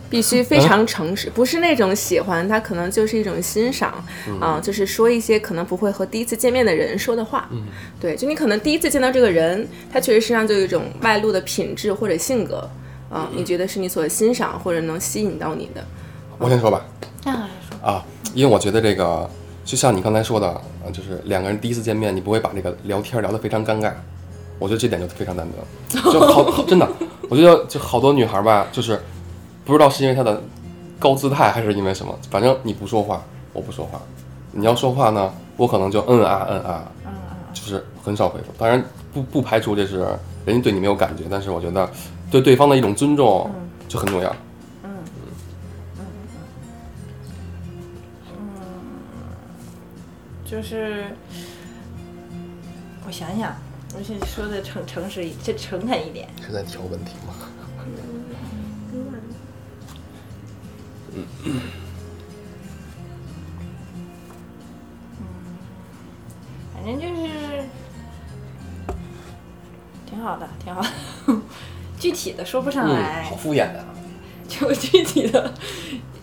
[SPEAKER 1] 必须非常诚实，不是那种喜欢他，可能就是一种欣赏，啊、就是说一些可能不会和第一次见面的人说的话。对，就你可能第一次见到这个人，他确实身上就有一种外露的品质或者性格，啊、你觉得是你所欣赏或者能吸引到你的。
[SPEAKER 4] 我先说吧，
[SPEAKER 5] 啊，
[SPEAKER 4] 啊，因为我觉得这个就像你刚才说的，啊，就是两个人第一次见面，你不会把这个聊天聊得非常尴尬，我觉得这点就非常难 <laughs> 得，就好真的，我觉得就好多女孩吧，就是不知道是因为她的高姿态还是因为什么，反正你不说话，我不说话，你要说话呢，我可能就嗯啊嗯啊，就是很少回复。当然不不排除这是人家对你没有感觉，但是我觉得对对方的一种尊重就很重要。
[SPEAKER 5] 就是我想想，我是说的诚诚实一，这诚恳一点。
[SPEAKER 4] 是在挑问题吗？
[SPEAKER 5] 反正就是挺好的，挺好的。 <laughs> 具体的说不上
[SPEAKER 4] 嗯，
[SPEAKER 5] 来
[SPEAKER 4] 好，敷衍的、啊。
[SPEAKER 5] 就具体的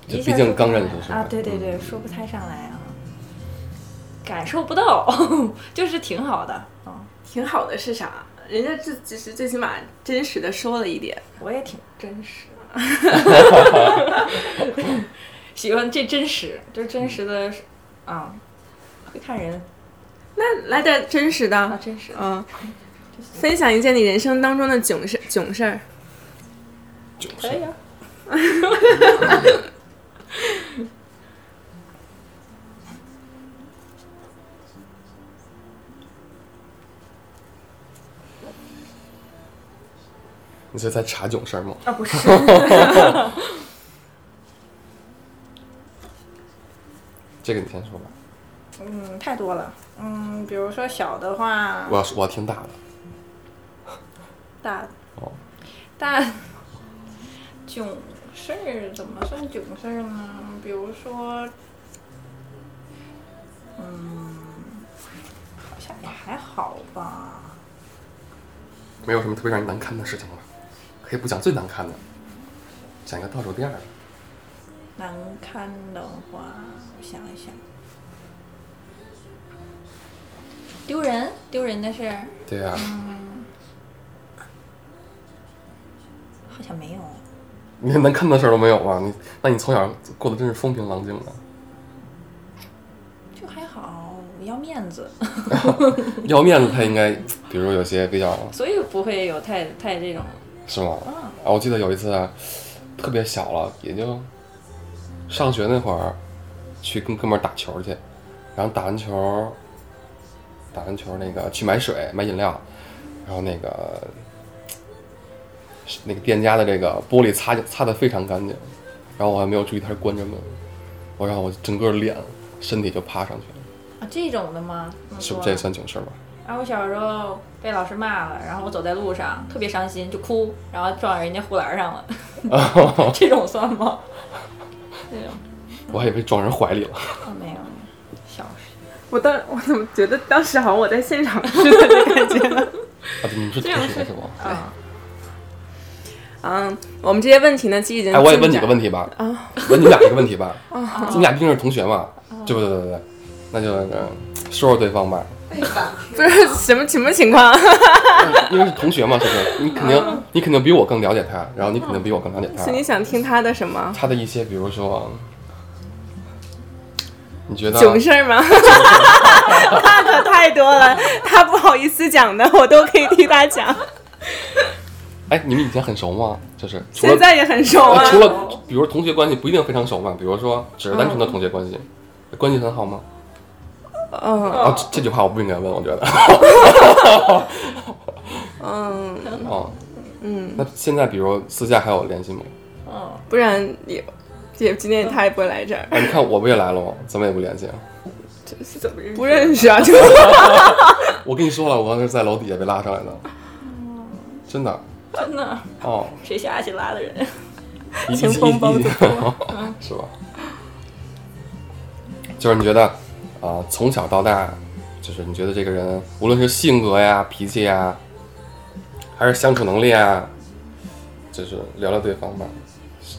[SPEAKER 4] 就
[SPEAKER 5] 一
[SPEAKER 4] 毕
[SPEAKER 5] 下
[SPEAKER 4] 竟
[SPEAKER 5] 说不
[SPEAKER 4] 刚
[SPEAKER 5] 上
[SPEAKER 4] 认识是
[SPEAKER 5] 来啊
[SPEAKER 4] 吧，
[SPEAKER 5] 对对
[SPEAKER 4] 嗯
[SPEAKER 5] 对，说不太上来啊，感受不到， <laughs> 就是挺好的啊，
[SPEAKER 1] 挺好的是啥？人家这其实最起码真实的说了一点，
[SPEAKER 5] 我也挺真实。 <laughs> 喜欢这真实，就是真实的，啊，会看人
[SPEAKER 1] 那来点真实
[SPEAKER 5] 啊，
[SPEAKER 1] 的，
[SPEAKER 5] 真实。
[SPEAKER 1] 嗯，分享一件你人生当中的囧事囧事儿。
[SPEAKER 5] 可以啊。
[SPEAKER 4] 你是在查囧事儿吗？
[SPEAKER 5] 啊，不是，
[SPEAKER 4] <laughs> 这个你先说吧，
[SPEAKER 5] 嗯，太多了。嗯，比如说小的话，
[SPEAKER 4] 我要说我要听大的。
[SPEAKER 5] 大
[SPEAKER 4] 哦，
[SPEAKER 5] 大囧事儿怎么算囧事儿呢？比如说，嗯，好像也还好吧。
[SPEAKER 4] 没有什么特别让你难堪的事情吧？可以不讲最难堪的，讲一个倒数第二的。
[SPEAKER 5] 难堪的话，我想一想，丢人丢人的事儿
[SPEAKER 4] 对啊呀、
[SPEAKER 5] 嗯好像没有。
[SPEAKER 4] 你 <laughs> 连难堪的事儿都没有啊吗？你那你从小过得真是风平浪静的，
[SPEAKER 5] 就还好，要面子，
[SPEAKER 4] 要面子他应该，比如有些比较
[SPEAKER 5] 所以不会有太太这种
[SPEAKER 4] 是吗？啊，我记得有一次特别小了，也就上学那会儿，去跟哥们儿打球去，然后打完球，打完球那个去买水买饮料，然后那个是那个店家的这个玻璃擦擦的非常干净，然后我还没有注意他是关着门，我让我整个脸身体就趴上去了，
[SPEAKER 5] 啊这种的吗？这么
[SPEAKER 4] 是不
[SPEAKER 5] 说
[SPEAKER 4] 是这也算囧事儿吧？
[SPEAKER 5] 然后我小时候被老师骂了，然后我走在路上特别伤心，就哭，然后撞人家护栏上了， <laughs> 这种算吗？这种
[SPEAKER 4] <laughs> 我还以为撞人怀里了，
[SPEAKER 5] 啊、没有，小时
[SPEAKER 1] 我当我怎么觉得当时好像我在现场似的这感觉呢？
[SPEAKER 4] 啊，对你们是同学是吗？
[SPEAKER 5] 啊，
[SPEAKER 1] 嗯，我们这些问题呢，其实已经
[SPEAKER 4] 哎，我也问
[SPEAKER 1] 进
[SPEAKER 4] 你
[SPEAKER 1] 展
[SPEAKER 4] 个问题吧，
[SPEAKER 1] 啊
[SPEAKER 4] 问你们俩一个问题吧，
[SPEAKER 1] <laughs> 啊，
[SPEAKER 4] 你们俩毕竟是同学嘛，对不对？对对对，那就呃说说对方吧，
[SPEAKER 1] 不是什么什么情况？
[SPEAKER 4] 因为是同学嘛，是不是？你肯
[SPEAKER 1] 啊
[SPEAKER 4] 定你肯定比我更了解他，然后你肯定比我更了解他
[SPEAKER 1] 是，你想听他的什么
[SPEAKER 4] 他的一些，比如说，你觉得
[SPEAKER 1] 囧事儿吗？他可太多了，他不好意思讲的，我都可以替他讲。
[SPEAKER 4] 哎，你们以前很熟吗？就是除
[SPEAKER 1] 现
[SPEAKER 4] 了、
[SPEAKER 1] 在也很熟
[SPEAKER 4] 呃
[SPEAKER 1] 啊，
[SPEAKER 4] 除了比如同学关系不一定非常熟嘛，比如说只是单纯的同学关系，关系很好吗？
[SPEAKER 1] 嗯
[SPEAKER 4] 啊，这这句话我不应该问，我觉得。
[SPEAKER 1] <laughs> 嗯，
[SPEAKER 4] 哦，嗯，那现在比如私下还有联系吗？
[SPEAKER 5] 嗯，
[SPEAKER 1] 不然也也今天他也不会来这儿，
[SPEAKER 4] 哎，你看我不也来了吗？怎么也不联系啊？
[SPEAKER 1] 不认识啊，就
[SPEAKER 4] 我跟你说了，我刚才是在楼底下被拉上来的，
[SPEAKER 1] 哦
[SPEAKER 4] 真的
[SPEAKER 5] 真的，
[SPEAKER 4] 哦，
[SPEAKER 5] 呃谁下去拉的人？
[SPEAKER 4] 一
[SPEAKER 1] 情风暴
[SPEAKER 4] 一一 <laughs>
[SPEAKER 1] 走嗯
[SPEAKER 4] 是吧？就是你觉得，呃，从小到大，就是你觉得这个人，无论是性格呀、脾气呀，还是相处能力啊，就是聊聊对方吧，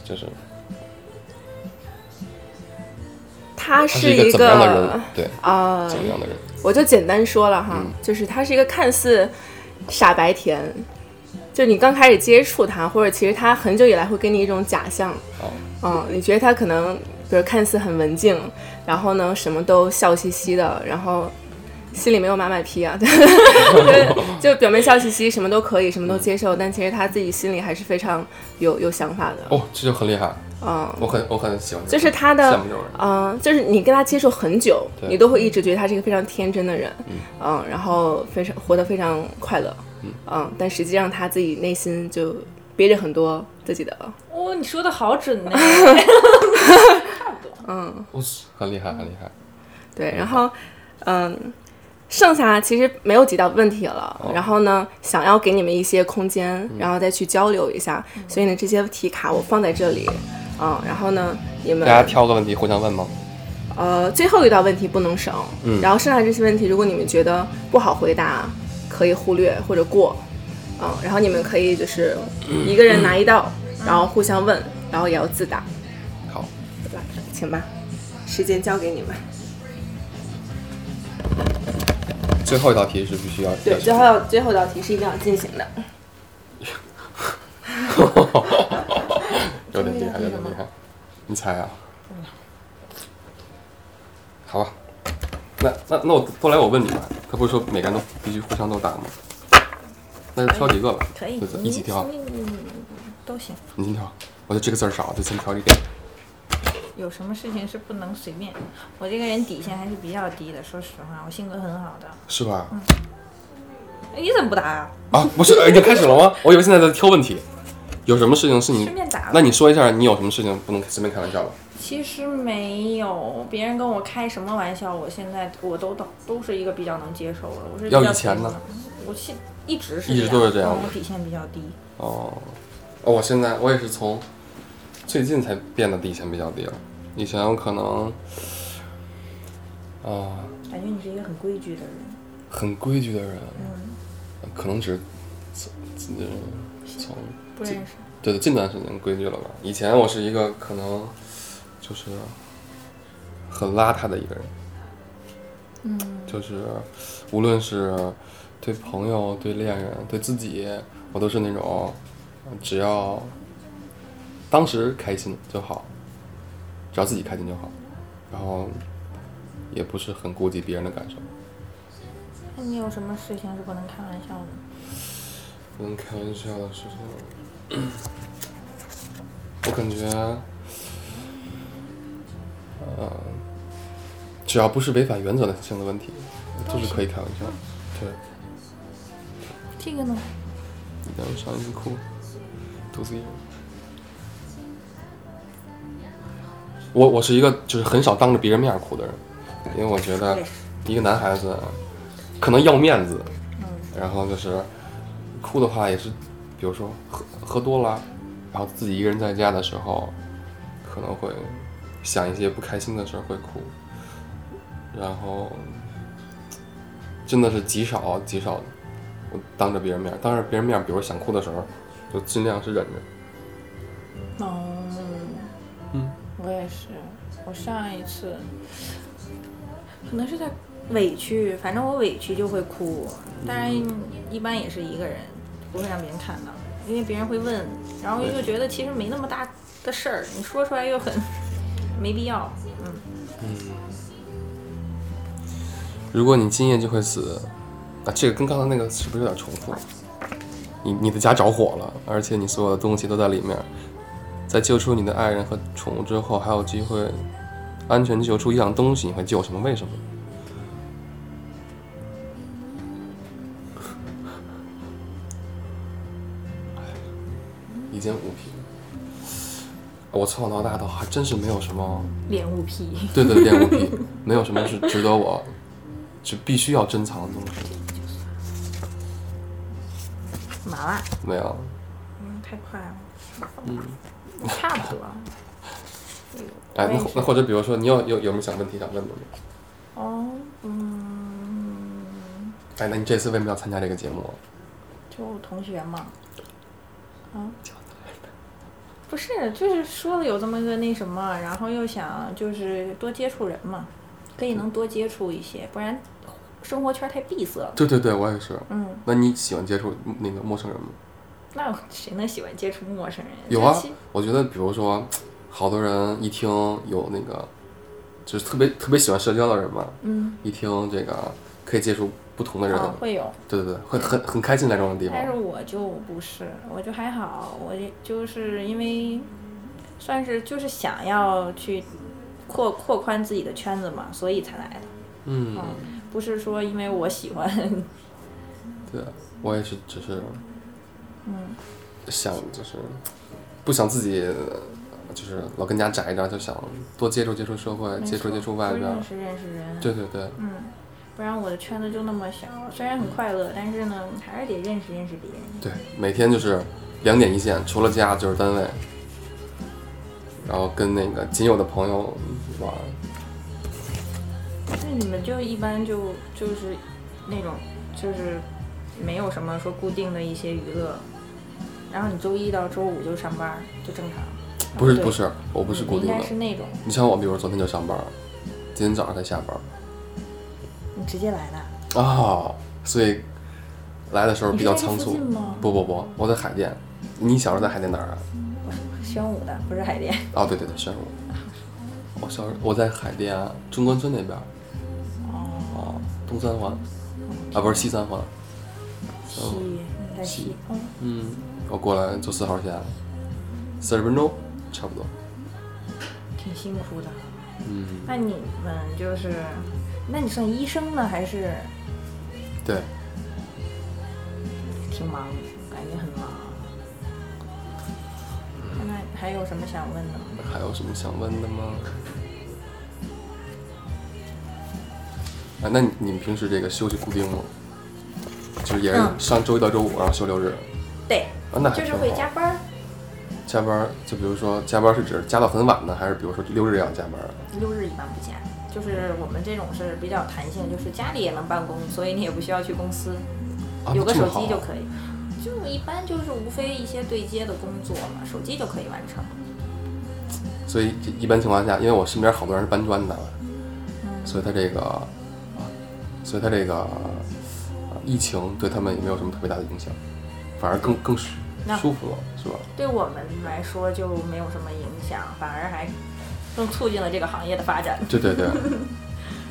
[SPEAKER 4] 就是
[SPEAKER 1] 他
[SPEAKER 4] 他
[SPEAKER 1] 是
[SPEAKER 4] 是一个怎么样的人？对，
[SPEAKER 1] 啊
[SPEAKER 4] 怎么样的人？
[SPEAKER 1] 我就简单说了哈，
[SPEAKER 4] 嗯
[SPEAKER 1] 就是他是一个看似傻白甜，就你刚开始接触他，或者其实他很久以来会给你一种假象，
[SPEAKER 4] 哦，
[SPEAKER 1] 嗯，你觉得他可能，比如看似很文静，然后呢什么都笑嘻嘻的，然后心里没有马马屁
[SPEAKER 4] <laughs>
[SPEAKER 1] 啊， <laughs> 就是就表面笑嘻嘻，什么都可以，什么都接受，但其实他自己心里还是非常有有想法的，
[SPEAKER 4] 哦，这就很厉害，
[SPEAKER 1] 嗯，
[SPEAKER 4] 我很我很喜欢这
[SPEAKER 1] 就
[SPEAKER 4] 种，
[SPEAKER 1] 是他的
[SPEAKER 4] 羡慕这种人。
[SPEAKER 1] 嗯、就是你跟他接触很久，
[SPEAKER 4] 对
[SPEAKER 1] 你都会一直觉得他是一个非常天真的人，嗯，然后非常活得非常快乐，嗯但实际上他自己内心就憋着很多自己的，
[SPEAKER 5] <laughs> 哦，你说的好准 <laughs> 呢。
[SPEAKER 4] 我哦很厉害，很厉害。
[SPEAKER 1] 对，然后，嗯，剩下其实没有几道问题了。
[SPEAKER 4] 哦
[SPEAKER 1] 然后呢，想要给你们一些空间，
[SPEAKER 4] 嗯
[SPEAKER 1] 然后再去交流一下，所以呢，这些题卡我放在这里，嗯，然后呢，你
[SPEAKER 4] 大
[SPEAKER 1] 们
[SPEAKER 4] 家挑个问题互相问吗？
[SPEAKER 1] 呃，最后一道问题不能省，
[SPEAKER 4] 嗯
[SPEAKER 1] 然后剩下这些问题，如果你们觉得不好回答，可以忽略或者过，嗯，然后你们可以就是一个人拿一道，然后互相问，然后也要自答，
[SPEAKER 4] 好，
[SPEAKER 1] 对吧？请吧，时间交给你们。
[SPEAKER 4] 最后一道题是必须要
[SPEAKER 1] 对，最后最后一道题是一定要进行的。
[SPEAKER 4] 有点厉害，有点厉害。你猜啊？好吧，那那那我后来我问你吧，他不是说每个人都必须互相都打吗？那就挑几个吧，
[SPEAKER 5] 可以
[SPEAKER 4] 就，一起挑，
[SPEAKER 5] 你你你都行。
[SPEAKER 4] 你先挑。我觉得这个字儿少，就先挑一点。
[SPEAKER 5] 有什么事情是不能随便？我这个人底线还是比较低的，说实话，我性格很好的。
[SPEAKER 4] 是吧？
[SPEAKER 5] 嗯哎，你怎么不答啊？
[SPEAKER 4] 啊，不是，呃已经开始了吗？我以为现在在挑问题。有什么事情是你
[SPEAKER 5] 顺便打？了
[SPEAKER 4] 那你说一下，你有什么事情不能随便开玩笑的？
[SPEAKER 5] 其实没有，别人跟我开什么玩笑，我现在我都懂，都是一个比较能接受的。我是比较
[SPEAKER 4] 要以前呢，
[SPEAKER 5] 我现一直是
[SPEAKER 4] 一直都是这样
[SPEAKER 5] 嗯
[SPEAKER 4] 的
[SPEAKER 5] 我底线比较低。
[SPEAKER 4] 哦，哦，我现在我也是从最近才变得底线比较低了，以前我可能啊、
[SPEAKER 5] 感觉你是一个很规矩的人，
[SPEAKER 4] 很规矩的人，可能只是从从从
[SPEAKER 5] 不认识。
[SPEAKER 4] 对对近段时间规矩了吧。以前我是一个可能就是很邋遢的一个人，嗯，就是无论是对朋友、对恋人、对自己，我都是那种呃只要当时开心就好，只要自己开心就好，然后也不是很顾及别人的感受。
[SPEAKER 5] 那你有什么事情是不能开玩笑的？
[SPEAKER 4] 不能开玩笑的事情，我感觉，呃，只要不是违反原则的性的问题，就是可以开玩笑。对，
[SPEAKER 5] 这个呢？
[SPEAKER 4] 你当上一次哭，肚子一人。我我是一个就是很少当着别人面哭的人，因为我觉得一个男孩子可能要面子，然后就是哭的话也是，比如说喝喝多了，然后自己一个人在家的时候，可能会想一些不开心的事儿会哭，然后真的是极少极少我当着别人面儿，当着别人面儿，比如想哭的时候，就尽量是忍着，
[SPEAKER 5] 哦是，我上一次可能是在委屈，反正我委屈就会哭，当然一般也是一个人，不会让别人看到，因为别人会问，然后就觉得其实没那么大的事儿，你说出来又很没必要，嗯。
[SPEAKER 4] 如果你今夜就会死，啊，这个跟刚才那个是不是有点重复？你你的家着火了，而且你所有的东西都在里面。在救出你的爱人和宠物之后，还有机会安全救出一样东西，你会救什么？为什么？哎，一件物品。啊我从小到大倒还真是没有什么
[SPEAKER 5] 脸物癖，
[SPEAKER 4] 对对，恋物癖，没有什么是值得我是必须要珍藏的东西，
[SPEAKER 5] 麻辣，
[SPEAKER 4] 没有。
[SPEAKER 5] 嗯，太快了，嗯，差不多。
[SPEAKER 4] 哎，那
[SPEAKER 5] 我也
[SPEAKER 4] 或
[SPEAKER 5] 是
[SPEAKER 4] 那或者比如说，你有有有没有想问题想问的吗？
[SPEAKER 5] 哦，嗯，
[SPEAKER 4] 哎，那你这次为什么要参加这个节目？
[SPEAKER 5] 就同学嘛，啊，不是，就是说了有这么个那什么，然后又想就是多接触人嘛，可以能多接触一些，不然生活圈太闭塞了。
[SPEAKER 4] 对对对，我也是。
[SPEAKER 5] 嗯，
[SPEAKER 4] 那你喜欢接触那个陌生人吗？
[SPEAKER 5] <laughs> 那谁能喜欢接触陌生人？
[SPEAKER 4] 有啊
[SPEAKER 5] 这期，
[SPEAKER 4] 我觉得比如说，好多人一听有那个，就是特别特别喜欢社交的人嘛，
[SPEAKER 5] 嗯，
[SPEAKER 4] 一听这个可以接触不同的人，
[SPEAKER 5] 啊，会哎有。
[SPEAKER 4] 对对对，会很很开心在这种地方
[SPEAKER 5] 但。是我就不是，我就还好，我也就是因为算是就是想要去扩扩宽自己的圈子嘛，所以才来的，
[SPEAKER 4] 嗯，
[SPEAKER 5] 不是说因为我喜欢， <laughs>
[SPEAKER 4] 对，我也是，只是，
[SPEAKER 5] 嗯
[SPEAKER 4] 想就是不想自己就是老跟家宅着，就想多接触接触社会，呃接触接触外
[SPEAKER 5] 多
[SPEAKER 4] 边儿
[SPEAKER 5] 认。识认识人，
[SPEAKER 4] 对对对，
[SPEAKER 5] 嗯，不然我的圈子就那么小，虽然很快乐，但是呢，还是得认识认识别人。
[SPEAKER 4] 对，每天就是两点一线，除了家就是单位，然后跟那个仅有的朋友玩儿。
[SPEAKER 5] 那你们就一般就就是那种就是没有什么说固定的一些娱乐，然后你周一到周五就上班儿就正常。
[SPEAKER 4] 不是
[SPEAKER 5] 哦对嗯
[SPEAKER 4] 不是，我不是固定
[SPEAKER 5] 应
[SPEAKER 4] 的
[SPEAKER 5] 该。是那种
[SPEAKER 4] 你像我，比如昨天就上班儿，今天早上才下班儿。
[SPEAKER 5] 你直接来的，
[SPEAKER 4] 哦，所以来的时候比较
[SPEAKER 5] 你是在
[SPEAKER 4] 仓
[SPEAKER 5] 这
[SPEAKER 4] 促
[SPEAKER 5] 附近吗。
[SPEAKER 4] 不不不，我在海淀。你小时候在海淀哪儿啊？
[SPEAKER 5] 宣武的，不是海淀。
[SPEAKER 4] 哦，对对对，宣武。我小时候我在海淀啊中关村那边儿。 <laughs> 哦。东三环，啊，不是西三环。
[SPEAKER 5] 西，你在西
[SPEAKER 4] 西，
[SPEAKER 5] 嗯，
[SPEAKER 4] 嗯，我过来坐四号线，四十分钟差不多。
[SPEAKER 5] 挺辛苦的。
[SPEAKER 4] 嗯，
[SPEAKER 5] 那你们就是，那你算医生呢，还是
[SPEAKER 4] 对，
[SPEAKER 5] 挺忙，感觉很忙。那还有什么想问的吗？
[SPEAKER 4] 还有什么想问的吗？啊，那你你们平时这个休息固定吗？就是也是
[SPEAKER 5] 嗯
[SPEAKER 4] 上周一到周五，然后休六日。
[SPEAKER 5] 对，
[SPEAKER 4] 啊，那还
[SPEAKER 5] 就是
[SPEAKER 4] 挺
[SPEAKER 5] 会
[SPEAKER 4] 好
[SPEAKER 5] 加班儿，
[SPEAKER 4] 加班儿，就比如说加班儿是指加到很晚呢，还是比如说六日也要加班儿？啊
[SPEAKER 5] 六日一般不加。就是我们这种是比较弹性，就是家里也能办公，所以你也不需要去公司，
[SPEAKER 4] 啊，
[SPEAKER 5] 有个
[SPEAKER 4] 这
[SPEAKER 5] 手
[SPEAKER 4] 么好
[SPEAKER 5] 机就可以。就一般就是无非一些对接的工作嘛，手机就可以完成。
[SPEAKER 4] 所以一一般情况下，因为我身边好多人是搬砖的，
[SPEAKER 5] 嗯
[SPEAKER 4] 所以他这个，啊所以他这个、啊疫情对他们也没有什么特别大的影响，反而更更舒
[SPEAKER 5] 嗯那
[SPEAKER 4] 舒服了，是吧？
[SPEAKER 5] 对我们来说就没有什么影响，反而还更促进了这个行业的发展。
[SPEAKER 4] 对对对，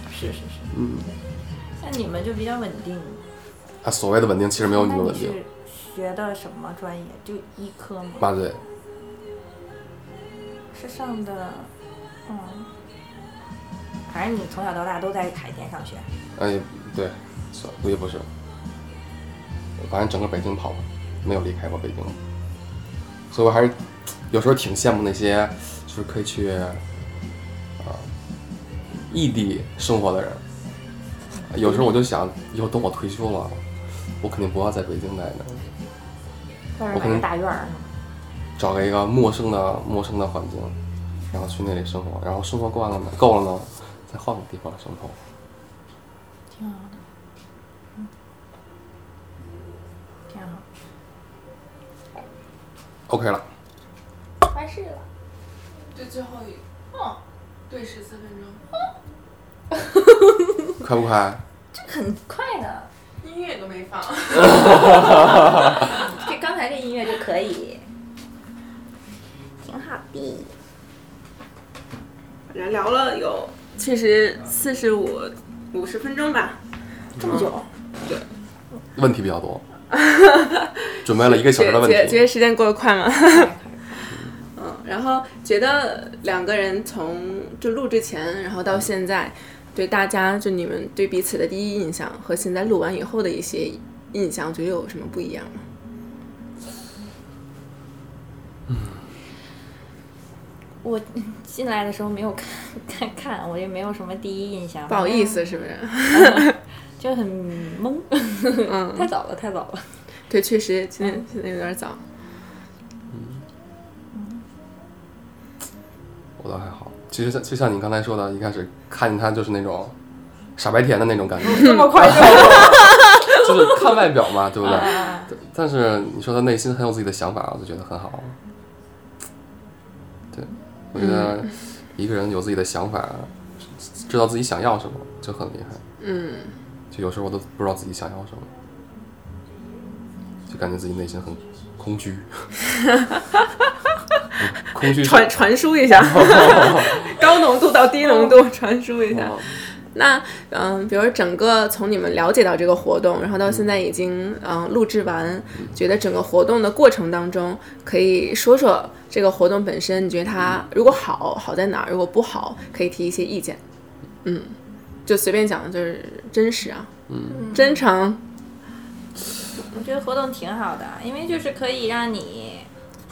[SPEAKER 5] 是是是，
[SPEAKER 4] 嗯，
[SPEAKER 5] 那你们就比较稳定。
[SPEAKER 4] 他所谓的稳定其实没有你
[SPEAKER 5] 那
[SPEAKER 4] 们
[SPEAKER 5] 你
[SPEAKER 4] 稳定。
[SPEAKER 5] 是学的什么专业？就医科吗？
[SPEAKER 4] 麻醉，
[SPEAKER 5] 是上的，嗯，反正你从小到大都在海淀上学。
[SPEAKER 4] 哎，对，算也不是，反正整个北京跑吧，没有离开过北京，所以我还是有时候挺羡慕那些就是可以去啊、异地生活的人。有时候我就想，以后等我退休了，我肯定不要在北京待着，
[SPEAKER 5] 外
[SPEAKER 4] 我可
[SPEAKER 5] 面买
[SPEAKER 4] 能
[SPEAKER 5] 个大院儿，
[SPEAKER 4] 找个一个陌生的陌生的环境，然后去那里生活，然后生活惯了呢，够了呢，再换个地方生活。
[SPEAKER 5] 挺好的，嗯，挺好。
[SPEAKER 4] OK 了。
[SPEAKER 6] 这最后一
[SPEAKER 1] 哦
[SPEAKER 6] 对十四分钟，
[SPEAKER 4] 快不快？
[SPEAKER 5] 这很快的，
[SPEAKER 6] 音乐都没放。
[SPEAKER 5] 这刚才这音乐就可以，挺好的。
[SPEAKER 2] 反正聊了有
[SPEAKER 1] 确实四十五
[SPEAKER 2] 五十分钟吧，
[SPEAKER 5] 这么久，
[SPEAKER 4] 问题比较多，准备了一个小时的问
[SPEAKER 1] 觉得觉
[SPEAKER 4] 题。
[SPEAKER 1] 得时间过得快吗？ <laughs> 嗯，然后觉得两个人从就录之前，然后到现在，对大家就你们对彼此的第一印象和现在录完以后的一些印象，觉得有什么不一样吗？
[SPEAKER 5] 我进来的时候没有看看看，我也没有什么第一印象，
[SPEAKER 1] 不好意思，是不 <laughs> 是？
[SPEAKER 5] 就很懵。
[SPEAKER 1] 嗯
[SPEAKER 5] <laughs> 太早了，太早了。
[SPEAKER 1] 对，确实现在现在有点早。
[SPEAKER 4] 我倒还好，其实像就像你刚才说的，一开始看见他就是那种傻白甜的那种感觉，
[SPEAKER 3] 这么快就
[SPEAKER 4] <laughs> 就是看外表嘛，对不对？
[SPEAKER 5] 啊，
[SPEAKER 4] 对但是你说他内心很有自己的想法，我就觉得很好。对，我觉得一个人有自己的想法，知道自己想要什么就很厉害。
[SPEAKER 1] 嗯，
[SPEAKER 4] 就有时候我都不知道自己想要什么，就感觉自己内心很空虚，空虚是
[SPEAKER 1] 传传输
[SPEAKER 4] <laughs>
[SPEAKER 1] 一下，高浓度到低浓度传输一下。那嗯，比如整个从你们了解到这个活动，然后到现在已经嗯录制完，觉得整个活动的过程当中，可以说说这个活动本身，你觉得它如果好好在哪儿？如果不好，可以提一些意见。嗯，就随便讲，就是真实啊，嗯，真诚，
[SPEAKER 5] 我觉得活动挺好的，因为就是可以让你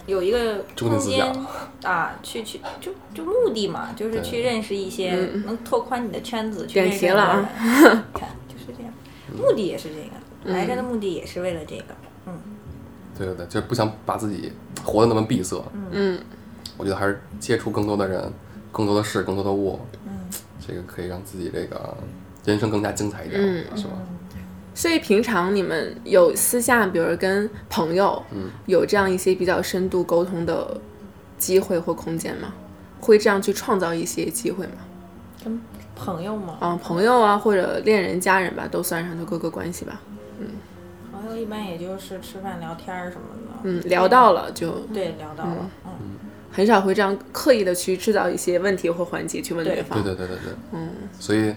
[SPEAKER 5] 有一个
[SPEAKER 4] 中立
[SPEAKER 5] 空
[SPEAKER 4] 思
[SPEAKER 5] 间
[SPEAKER 4] 想
[SPEAKER 5] <laughs> 啊，去去就就目的嘛，就是去认识一些能拓宽你的圈子，去
[SPEAKER 1] 点
[SPEAKER 5] 认识
[SPEAKER 1] 题嗯了啊
[SPEAKER 5] 更
[SPEAKER 1] <laughs>
[SPEAKER 5] 多人看就是这样，目的也是这个，来这
[SPEAKER 1] 嗯
[SPEAKER 5] 的目的也是为了这个。嗯，
[SPEAKER 4] 对对对，就是不想把自己活得那么闭塞。
[SPEAKER 1] 嗯，
[SPEAKER 4] 我觉得还是接触更多的人，更多的事，更多的物，这个可以让自己这个人生更加精彩一点，
[SPEAKER 1] 嗯
[SPEAKER 4] 是吧？
[SPEAKER 1] 所以平常你们有私下，比如跟朋友，
[SPEAKER 4] 嗯
[SPEAKER 1] 有这样一些比较深度沟通的机会或空间吗？会这样去创造一些机会吗？
[SPEAKER 5] 跟朋友嘛，
[SPEAKER 1] 嗯，朋友啊，或者恋人、家人吧，都算上，就各个关系吧。
[SPEAKER 5] 朋友一般也就是吃饭聊天儿什么的。
[SPEAKER 1] 嗯，聊到了就
[SPEAKER 5] 对，聊到了，嗯，
[SPEAKER 1] 很少会这样刻意的去制造一些问题或环节去问
[SPEAKER 5] 对
[SPEAKER 1] 对
[SPEAKER 4] 对
[SPEAKER 1] 方。
[SPEAKER 4] 对对对对。
[SPEAKER 1] 嗯，
[SPEAKER 4] 所以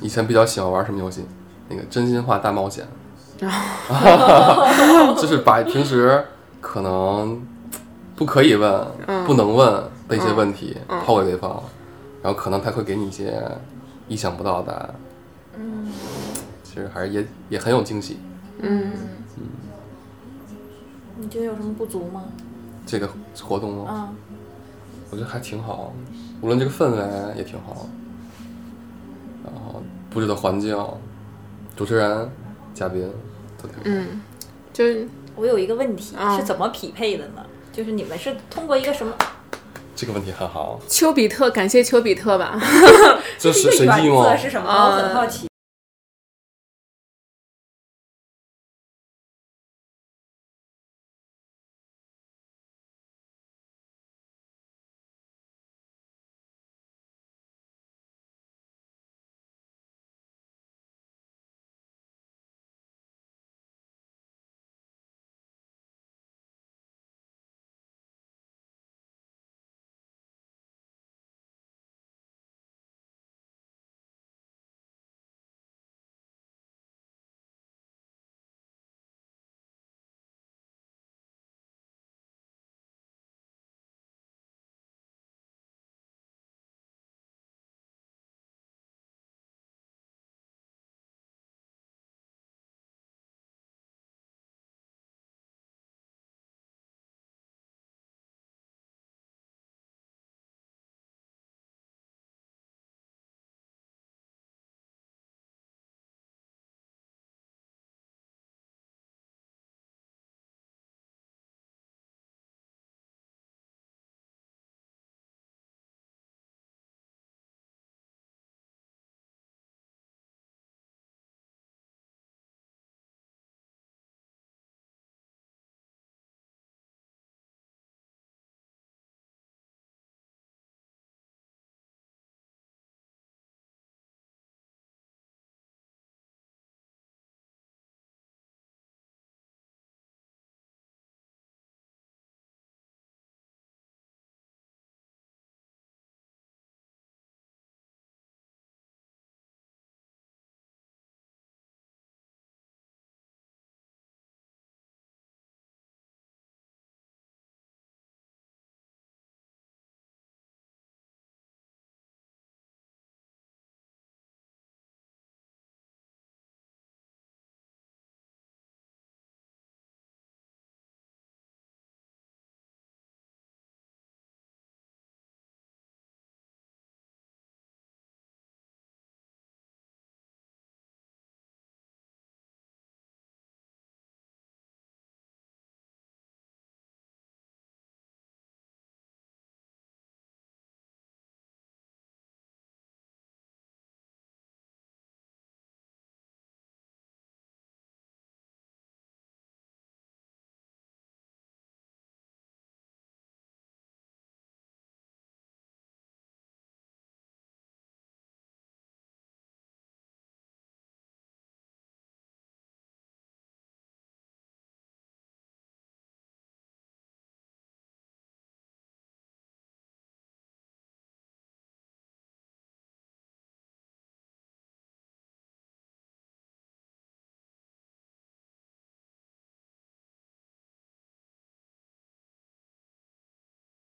[SPEAKER 4] 以前比较喜欢玩什么游戏？那个真心话大冒险，哦 <laughs> 就是把平时可能不可以问、不能问的一些问题抛给对方，然后可能他会给你一些意想不到的答案。嗯其实还是也也很有惊喜。
[SPEAKER 5] 你觉得有什么不足吗？
[SPEAKER 4] 这个活动哦，
[SPEAKER 5] 嗯，
[SPEAKER 4] 我觉得还挺好，无论这个氛围也挺好，然后布置的环境、主持人、嘉宾都挺好。
[SPEAKER 1] 嗯，就是
[SPEAKER 5] 我有一个问题、
[SPEAKER 1] 嗯
[SPEAKER 5] 是怎么匹配的呢？就是你们是通过一个什么？
[SPEAKER 4] 这个问题很好，
[SPEAKER 1] 丘比特，感谢丘比特吧。
[SPEAKER 4] 这
[SPEAKER 5] <laughs> 这
[SPEAKER 4] 是
[SPEAKER 5] 个
[SPEAKER 4] 神哦
[SPEAKER 5] 原
[SPEAKER 4] 迹吗
[SPEAKER 1] 哦
[SPEAKER 5] 则？是什么？我很好奇。